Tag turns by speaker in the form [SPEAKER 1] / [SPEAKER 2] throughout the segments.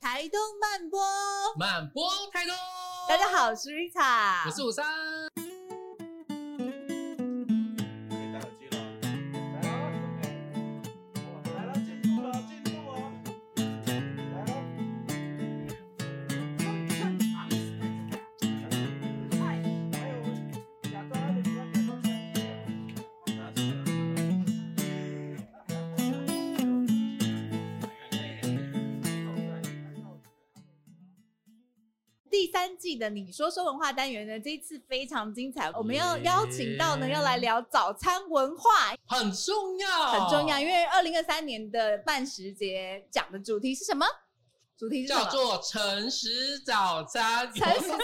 [SPEAKER 1] 台东慢播，
[SPEAKER 2] 满播台东，
[SPEAKER 1] 大家，好，我是 Rita，
[SPEAKER 2] 我是五三。
[SPEAKER 3] 可以戴耳机了。来啊，OK，来了，进入了，进入啊，来了。还有假装还得假装那
[SPEAKER 1] 第三季的你说说文化单元呢，这一次非常精彩，我们要邀请到呢，
[SPEAKER 2] 耶
[SPEAKER 1] 要来聊早餐文化，
[SPEAKER 2] 很重要，
[SPEAKER 1] 很重要，因为二零二三年的半时节讲的主题是什么？主题是什
[SPEAKER 2] 叫
[SPEAKER 1] 么？
[SPEAKER 2] 做诚实早餐。
[SPEAKER 1] 诚实早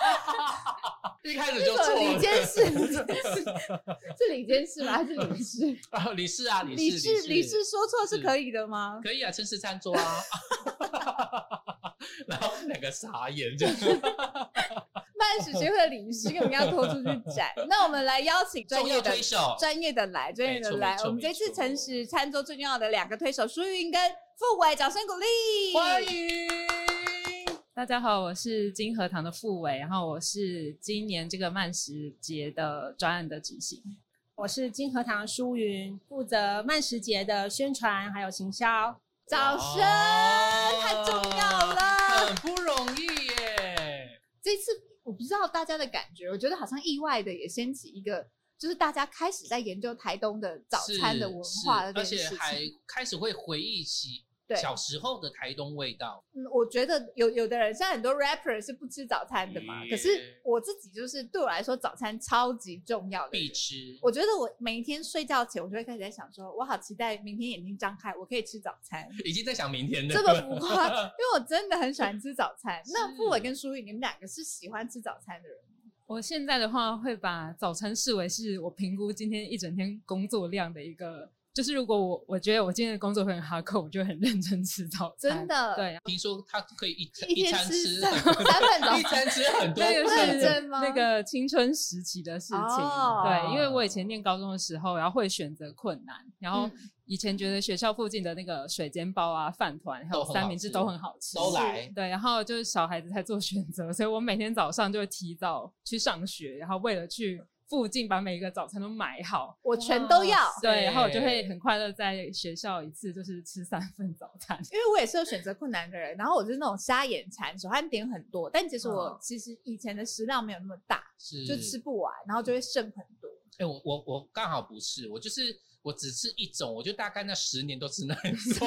[SPEAKER 2] 一开始
[SPEAKER 1] 是
[SPEAKER 2] 就
[SPEAKER 1] 什
[SPEAKER 2] 错
[SPEAKER 1] 么
[SPEAKER 2] 了。
[SPEAKER 1] 李监事， 李监事是李监事吗？还是李事？
[SPEAKER 2] 啊，李氏 啊，李
[SPEAKER 1] 李
[SPEAKER 2] 氏，
[SPEAKER 1] 事李事说错是
[SPEAKER 2] 是
[SPEAKER 1] 可以的吗？
[SPEAKER 2] 可以啊，诚实餐桌啊。 然后两个傻 眼，这样
[SPEAKER 1] 慢时协会的理事跟我们要拖出去 展，那我们来邀请专
[SPEAKER 2] 重要
[SPEAKER 1] 业的
[SPEAKER 2] 推手。
[SPEAKER 1] 专业的来，专业的来
[SPEAKER 2] 没。错
[SPEAKER 1] 我们这次
[SPEAKER 2] 没错
[SPEAKER 1] 诚实餐桌最重要的两个推手，舒云跟傅伟，掌声鼓励。
[SPEAKER 2] 欢迎，
[SPEAKER 4] 大家好，我是金和堂的傅伟，然后我是今年这个慢食节的专案的执行。
[SPEAKER 5] 我是金和堂舒云，负责慢食节的宣传还有行销。
[SPEAKER 1] 掌声，
[SPEAKER 2] 哦
[SPEAKER 1] 太重要了。
[SPEAKER 2] 很不容易耶。
[SPEAKER 1] 这次我不知道大家的感觉，我觉得好像意外的也掀起一个，就是大家开始在研究台东的早餐的文化
[SPEAKER 2] 是
[SPEAKER 1] 的
[SPEAKER 2] 是
[SPEAKER 1] 这
[SPEAKER 2] 而
[SPEAKER 1] 件
[SPEAKER 2] 且
[SPEAKER 1] 事
[SPEAKER 2] 还
[SPEAKER 1] 情。
[SPEAKER 2] 开始会回忆起
[SPEAKER 1] 对，
[SPEAKER 2] 小时候的台东味道。
[SPEAKER 1] 嗯，我觉得有有的人，现在很多 rapper 是不吃早餐的嘛。
[SPEAKER 2] 嗯
[SPEAKER 1] 可是我自己就是对我来说，早餐超级重要的人
[SPEAKER 2] 必吃。
[SPEAKER 1] 我觉得我每一天睡觉前，我就会开始在想说，我好期待明天眼睛张开，我可以吃早餐，
[SPEAKER 2] 已经在想明天的，
[SPEAKER 1] 这么浮夸，因为我真的很喜欢吃早餐。
[SPEAKER 2] 是
[SPEAKER 1] 那傅伟跟舒玉，你们两个是喜欢吃早餐的人吗？
[SPEAKER 4] 我现在的话会把早餐视为是我评估今天一整天工作量的一个，就是如果我我觉得我今天的工作会很哈扣，我就很认真吃早餐。
[SPEAKER 1] 真的，，
[SPEAKER 4] 对，啊
[SPEAKER 2] 听说他可以一
[SPEAKER 1] 一天
[SPEAKER 2] 餐吃
[SPEAKER 1] 三三份早
[SPEAKER 2] 一
[SPEAKER 1] 餐，
[SPEAKER 2] 餐吃很 多
[SPEAKER 4] 那个
[SPEAKER 1] 认
[SPEAKER 4] 是
[SPEAKER 2] 份，
[SPEAKER 1] 真吗
[SPEAKER 4] 那个青春时期的事情。
[SPEAKER 1] 哦
[SPEAKER 4] 对，因为我以前念高中的时候，然后会选择困难，然后
[SPEAKER 1] 嗯
[SPEAKER 4] 以前觉得学校附近的那个水煎包啊、饭团还
[SPEAKER 2] 都
[SPEAKER 4] 有
[SPEAKER 2] 很好
[SPEAKER 4] 三明治
[SPEAKER 2] 吃
[SPEAKER 4] 都很好吃，
[SPEAKER 2] 都来。
[SPEAKER 4] 对，然后就是小孩子在做选择，所以我每天早上就会提早去上学，然后为了去附近把每一个早餐都买好，
[SPEAKER 1] 我全都要。
[SPEAKER 4] 对，然后我就会很快乐在学校一次就是吃三份早餐。
[SPEAKER 1] 因为我也是有选择困难的人，然后我就是那种瞎眼馋，手汗点很多，但其实我
[SPEAKER 2] 嗯
[SPEAKER 4] 哦
[SPEAKER 1] 其实以前的食量没有那么大，
[SPEAKER 2] 是
[SPEAKER 1] 就吃不完，然后就会剩很 多。
[SPEAKER 2] 哎、我我我刚好不是，我就是我只吃一种，我就大概那十年都吃那一种，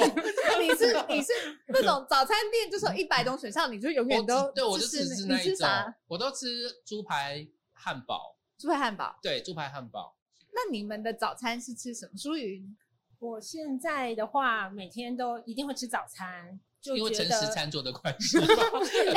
[SPEAKER 1] 你是 你是那种早餐店，就是有一百种选项，你就永
[SPEAKER 2] 我
[SPEAKER 1] 远都
[SPEAKER 2] 只对我就
[SPEAKER 1] 只
[SPEAKER 2] 只
[SPEAKER 1] 吃
[SPEAKER 2] 吃
[SPEAKER 1] 那你
[SPEAKER 2] 那一
[SPEAKER 1] 吃
[SPEAKER 2] 种
[SPEAKER 1] 啥？，
[SPEAKER 2] 我都吃猪排汉堡，
[SPEAKER 1] 猪排汉堡。
[SPEAKER 2] 对，猪排汉堡，
[SPEAKER 1] 那你们的早餐是吃什么？舒 云，
[SPEAKER 5] 我现在的话，每天都一定会吃早餐，就
[SPEAKER 2] 因为
[SPEAKER 5] 觉
[SPEAKER 2] 诚
[SPEAKER 5] 得
[SPEAKER 2] 实餐桌的关系，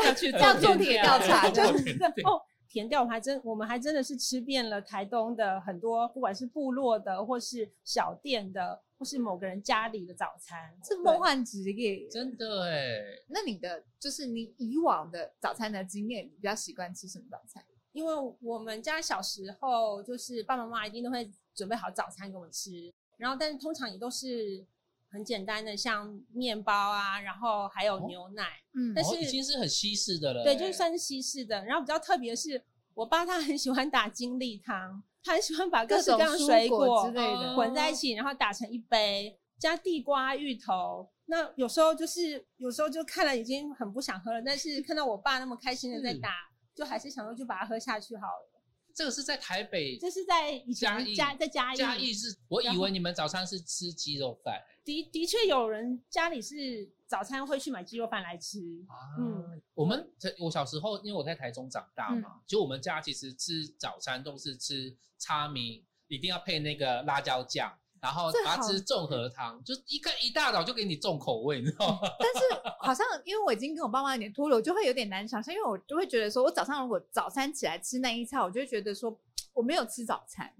[SPEAKER 4] 要去
[SPEAKER 1] 要做
[SPEAKER 4] 田
[SPEAKER 1] 田
[SPEAKER 4] 调
[SPEAKER 1] 调查，就
[SPEAKER 2] 做
[SPEAKER 1] 是
[SPEAKER 2] 甜点
[SPEAKER 5] 哦，甜调我还真，我们还真的是吃遍了台东的很多，不管是部落的，或是小店的，或是某个人家里的早餐，
[SPEAKER 1] 是梦幻职业。
[SPEAKER 2] 真的哎、
[SPEAKER 1] 那你的就是你以往的早餐的经验，你比较习惯吃什么早餐？
[SPEAKER 5] 因为我们家小时候就是爸爸妈妈一定都会准备好早餐给我们吃，然后但是通常也都是很简单的，像面包啊，然后还有牛奶，
[SPEAKER 1] 嗯
[SPEAKER 5] 但
[SPEAKER 2] 哦
[SPEAKER 5] 是
[SPEAKER 2] 已经是很西式的了、
[SPEAKER 5] 对，
[SPEAKER 2] 哎
[SPEAKER 5] 就是算是西式的。然后比较特别的是，我爸他很喜欢打精力汤，他很喜欢把各式
[SPEAKER 1] 种
[SPEAKER 5] 各样的
[SPEAKER 1] 蔬
[SPEAKER 5] 水
[SPEAKER 1] 果之类
[SPEAKER 2] 哦
[SPEAKER 1] 的，
[SPEAKER 5] 混在一起，然后打成一杯，加地瓜、芋头。那有时候就是有时候就看了已经很不想喝了，但是看到我爸那么开心的在
[SPEAKER 2] 是
[SPEAKER 5] 打，就还是想说就把它喝下去好了。
[SPEAKER 2] 这个是在台北
[SPEAKER 5] 这是在以
[SPEAKER 2] 嘉
[SPEAKER 5] 前
[SPEAKER 2] 义
[SPEAKER 5] 嘉在嘉义，
[SPEAKER 2] 嘉义是，我
[SPEAKER 5] 然
[SPEAKER 2] 以
[SPEAKER 5] 后
[SPEAKER 2] 为你们早餐是吃鸡肉饭。
[SPEAKER 5] 的的确有人家里是早餐会去买鸡肉饭来吃，
[SPEAKER 2] 啊，
[SPEAKER 5] 嗯
[SPEAKER 2] 我们这我小时候，因为我在台中长大
[SPEAKER 1] 嗯
[SPEAKER 2] 嘛，就我们家其实吃早餐都是吃叉米，一定要配那个辣椒酱，然后
[SPEAKER 1] 这
[SPEAKER 2] 把它
[SPEAKER 1] 好
[SPEAKER 2] 吃综合汤，就一个一大早就给你重口味，你知道吗？
[SPEAKER 1] 但是好像因为我已经跟我爸妈有点脱离，我就会有点难想象，因为我就会觉得说，我早上如果早餐起来吃那一餐，我就会觉得说我没有吃早餐，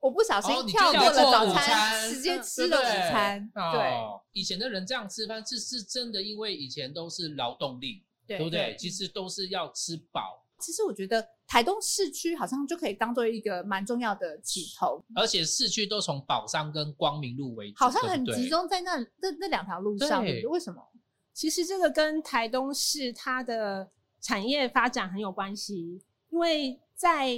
[SPEAKER 1] 我不小心
[SPEAKER 2] 哦你就
[SPEAKER 1] 跳过了
[SPEAKER 2] 跳过
[SPEAKER 1] 早
[SPEAKER 2] 午餐嗯
[SPEAKER 1] 直接吃
[SPEAKER 2] 对
[SPEAKER 1] 了
[SPEAKER 2] 不
[SPEAKER 1] 午
[SPEAKER 2] 对
[SPEAKER 1] 餐。嗯 对
[SPEAKER 2] 哦，以前的人这样吃饭是是真的，因为以前都是劳动力，
[SPEAKER 1] 对
[SPEAKER 2] 对不对？其实都是要吃饱，
[SPEAKER 1] 其实我觉得台东市区好像就可以当做一个蛮重要的起头，
[SPEAKER 2] 而且市区都从宝山跟光明路为主，
[SPEAKER 1] 好像很
[SPEAKER 2] 对不对
[SPEAKER 1] 集中在那那那两条路上，
[SPEAKER 2] 对
[SPEAKER 1] 对不对为什么？
[SPEAKER 5] 其实这个跟台东市它的产业发展很有关系，因为在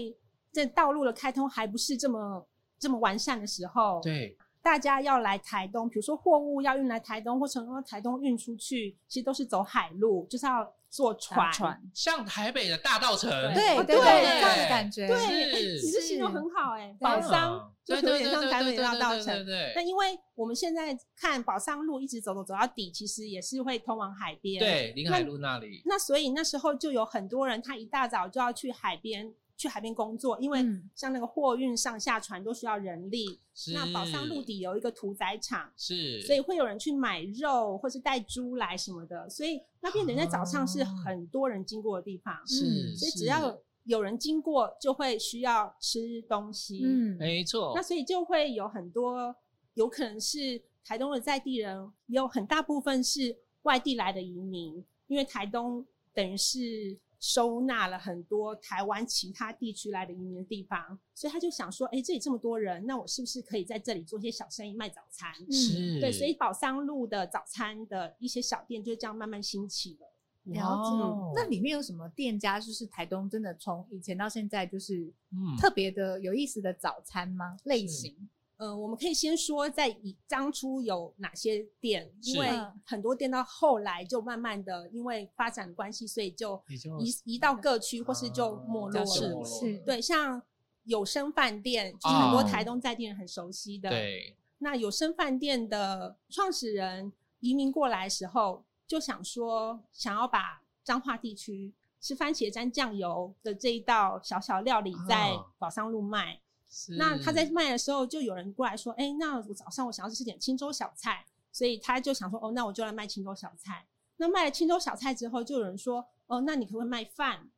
[SPEAKER 5] 这道路的开通还不是这么这么完善的时候，
[SPEAKER 2] 对，
[SPEAKER 5] 大家要来台东，比如说货物要运来台东，或从台东运出去，其实都是走海路，就是要坐船。
[SPEAKER 4] 搭船，
[SPEAKER 2] 像台北的大道城，
[SPEAKER 1] 对
[SPEAKER 5] 哦
[SPEAKER 1] 对
[SPEAKER 5] 对
[SPEAKER 1] 这样的感觉，
[SPEAKER 5] 对，
[SPEAKER 2] 是
[SPEAKER 5] 你这形容很好哎、宝
[SPEAKER 2] 嗯
[SPEAKER 5] 山就
[SPEAKER 2] 对对对
[SPEAKER 5] 有点像
[SPEAKER 2] 对
[SPEAKER 5] 台
[SPEAKER 2] 对
[SPEAKER 5] 北
[SPEAKER 2] 对
[SPEAKER 5] 大
[SPEAKER 2] 对
[SPEAKER 5] 道
[SPEAKER 2] 对
[SPEAKER 5] 城
[SPEAKER 2] 对
[SPEAKER 5] 那
[SPEAKER 2] 对
[SPEAKER 5] 因为我们现在看宝山路一直走走走到底，其实也是会通往海边。。
[SPEAKER 2] 对临海路那里，
[SPEAKER 5] 那所以那时候就有很多人，他一大早就要去海边去海边工作，因为
[SPEAKER 1] 嗯
[SPEAKER 5] 像那个货运上下船都需要人力。
[SPEAKER 2] 是
[SPEAKER 5] 那宝山路底有一个屠宰场，
[SPEAKER 2] 是，
[SPEAKER 5] 所以会有人去买肉或是带猪来什么的，所以那边等于在早上是很多人经过的地方，
[SPEAKER 2] 啊是，
[SPEAKER 5] 嗯所以只
[SPEAKER 2] 是
[SPEAKER 5] 要有人经过就会需要吃东西。
[SPEAKER 1] 嗯，
[SPEAKER 2] 没错
[SPEAKER 5] 那，所以就会有很多，有可能是台东的在地人，也有很大部分是外地来的移民，因为台东等于是收纳了很多台湾其他地区来的移民的地方，所以他就想说，哎、这里这么多人，那我是不是可以在这里做一些小生意卖早餐？
[SPEAKER 2] 嗯是，
[SPEAKER 5] 嗯对，所以宝山路的早餐的一些小店就这样慢慢兴起了。
[SPEAKER 1] 了解。
[SPEAKER 2] 哇
[SPEAKER 1] 那里面有什么店家？就是台东真的从以前到现在，就是
[SPEAKER 2] 嗯
[SPEAKER 1] 特别的有意思的早餐吗？类
[SPEAKER 2] 是
[SPEAKER 1] 型？
[SPEAKER 5] 呃，我们可以先说在以当初有哪些店，因
[SPEAKER 2] 是
[SPEAKER 5] 为
[SPEAKER 1] 嗯
[SPEAKER 5] 很多店到后来就慢慢的因为发展的关系，所以就
[SPEAKER 2] 也就
[SPEAKER 5] 移移到各区或是就
[SPEAKER 2] 啊
[SPEAKER 5] 没
[SPEAKER 2] 就
[SPEAKER 5] 落
[SPEAKER 2] 没
[SPEAKER 5] 了
[SPEAKER 2] 落。
[SPEAKER 1] 是
[SPEAKER 2] 了
[SPEAKER 5] 对，像有生饭店，就是很多
[SPEAKER 2] 哦
[SPEAKER 5] 台东在地人很熟悉的。，
[SPEAKER 2] 对，
[SPEAKER 5] 那有生饭店的创始人移民过来的时候，就想说想要把彰化地区吃番茄沾酱油的这一道小小料理在
[SPEAKER 2] 哦
[SPEAKER 5] 宝山路卖。
[SPEAKER 2] 是
[SPEAKER 5] 那他在卖的时候，就有人过来说：“哎、那我早上我想要吃点青州小菜。”所以他就想说：“哦，那我就来卖青州小菜。”那卖了青州小菜之后，就有人说：“哦，那你可不可以卖饭？”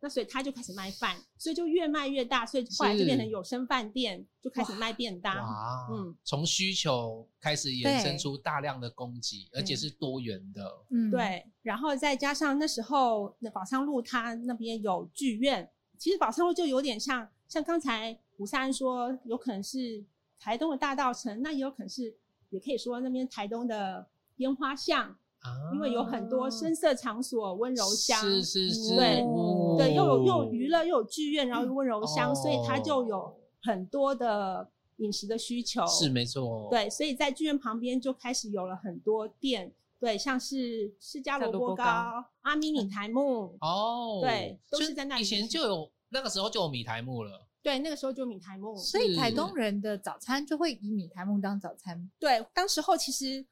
[SPEAKER 5] 那所以他就开始卖饭，所以就越卖越大，所以后来就变成
[SPEAKER 2] 是
[SPEAKER 5] 有声饭店，就开始卖便当。
[SPEAKER 2] 哇，
[SPEAKER 5] 嗯，
[SPEAKER 2] 从需求开始延
[SPEAKER 1] 对
[SPEAKER 2] 伸出大量的供给，而且是多元的，
[SPEAKER 1] 嗯，，
[SPEAKER 5] 对，然后再加上那时候那宝山路它那边有剧院，其实宝山路就有点像像刚才吴三说，有可能是台东的大道城，那也有可能是也可以说那边台东的烟花巷，
[SPEAKER 2] 啊
[SPEAKER 5] 因为有很多声色场所、温柔乡，
[SPEAKER 2] 是
[SPEAKER 5] 嗯
[SPEAKER 2] 是是，
[SPEAKER 5] 对
[SPEAKER 2] 哦
[SPEAKER 5] 对，又有又有娱乐，又有剧院，然后又温柔乡，
[SPEAKER 2] 哦
[SPEAKER 5] 所以它就有很多的饮食的需求。
[SPEAKER 2] 是没错，
[SPEAKER 5] 对，所以在剧院旁边就开始有了很多店，对，像是释迦
[SPEAKER 4] 在
[SPEAKER 5] 萝
[SPEAKER 4] 萝
[SPEAKER 5] 卜
[SPEAKER 4] 卜
[SPEAKER 5] 糕、
[SPEAKER 4] 糕
[SPEAKER 5] 阿咪米台木，
[SPEAKER 2] 哦，
[SPEAKER 5] 对都
[SPEAKER 2] 所以
[SPEAKER 5] 是在那里
[SPEAKER 2] 以前
[SPEAKER 5] 出现
[SPEAKER 2] 就有那个时候就有米台木了，
[SPEAKER 5] 对，那个时候就米台木。
[SPEAKER 1] 所以台
[SPEAKER 2] 是
[SPEAKER 1] 东人的早餐就会以米苔木当早餐。
[SPEAKER 5] 对，当时候其实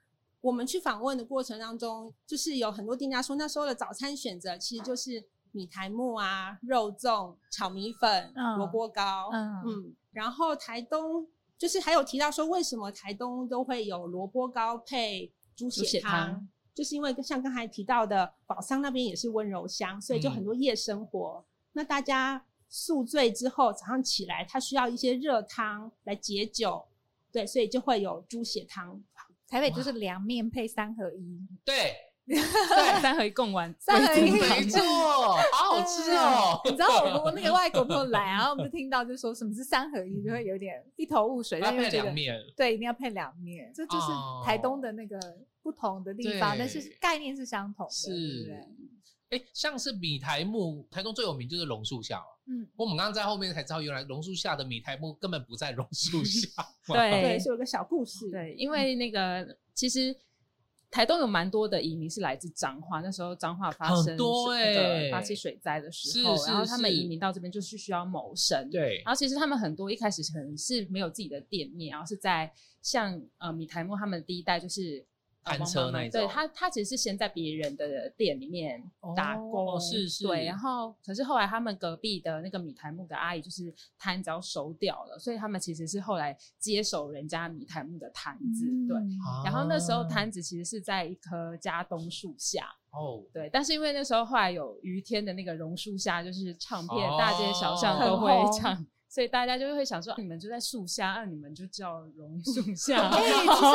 [SPEAKER 5] 我们去访问的过程当中，就是有很多店家说，那时候的早餐选择其实就是米台木啊、肉粽、炒米粉、
[SPEAKER 1] 嗯
[SPEAKER 5] 萝卜糕，
[SPEAKER 1] 嗯
[SPEAKER 5] 嗯，然后台东就是还有提到说，为什么台东都会有萝卜糕配猪
[SPEAKER 4] 猪血
[SPEAKER 5] 血汤
[SPEAKER 4] 汤。
[SPEAKER 5] 就是因为像刚才提到的，宝山那边也是温柔乡，所以就
[SPEAKER 2] 嗯
[SPEAKER 5] 很多夜生活。那大家宿醉之后，早上起来，他需要一些热汤来解酒，对，所以就会有猪血汤。
[SPEAKER 1] 台北就是凉面配三合一，
[SPEAKER 2] 对，
[SPEAKER 4] 对，三合一共玩，
[SPEAKER 1] 三合一
[SPEAKER 2] 没错，好好吃哦，
[SPEAKER 1] 你知道我我那个外国朋友来， 然后我们就听到就说什么是三合一，就会有点一头雾水，
[SPEAKER 2] 嗯搭
[SPEAKER 1] 但又
[SPEAKER 2] 配
[SPEAKER 1] 觉
[SPEAKER 2] 凉
[SPEAKER 1] 得
[SPEAKER 2] 面，
[SPEAKER 1] 对一定要配凉面，这就是
[SPEAKER 2] 哦
[SPEAKER 1] 台东的那个不同的地方，
[SPEAKER 2] 对
[SPEAKER 1] 但是概念是相同的，对不
[SPEAKER 2] 是
[SPEAKER 1] 对？。
[SPEAKER 2] 哎，像是米台木，台东最有名就是榕树下嘛。
[SPEAKER 1] 嗯，
[SPEAKER 2] 我们刚刚在后面才知道，原来榕树下的米台木根本不在榕树下。
[SPEAKER 5] 对，
[SPEAKER 4] 对
[SPEAKER 5] 是有个小故事。
[SPEAKER 4] 对，因为那个其实台东有蛮多的移民是来自彰化，那时候彰化发
[SPEAKER 2] 很
[SPEAKER 4] 生
[SPEAKER 2] 多
[SPEAKER 4] 水那个
[SPEAKER 2] 欸
[SPEAKER 4] 发起水灾的时
[SPEAKER 2] 是
[SPEAKER 4] 候，
[SPEAKER 2] 是
[SPEAKER 4] 然后他们
[SPEAKER 2] 是
[SPEAKER 4] 移民到这边就是需要谋生，
[SPEAKER 2] 对
[SPEAKER 4] 然后其实他们很多一开始可能是没有自己的店面，然后是在像呃米台木他们第一代就是。呃
[SPEAKER 2] 摊车
[SPEAKER 4] 王妈妈
[SPEAKER 2] 那种
[SPEAKER 4] 对他，他其实是先在别人的店里面打工，
[SPEAKER 2] 哦是是
[SPEAKER 4] 对，然后可是后来他们隔壁的那个米台木的阿姨就是摊只要收掉了，所以他们其实是后来接手人家米台木的摊子，
[SPEAKER 1] 嗯
[SPEAKER 4] 对，然后那时
[SPEAKER 2] 啊
[SPEAKER 4] 候摊子其实是在一棵加东树下，
[SPEAKER 2] 哦，
[SPEAKER 4] 对，但是因为那时候后来有于天的那个榕树下，就是唱片、
[SPEAKER 2] 哦
[SPEAKER 4] 大街小巷都会
[SPEAKER 1] 很红
[SPEAKER 4] 唱， 所以大家就会想说，啊你们就在树下，那、你们就叫榕 树下，
[SPEAKER 1] 哎，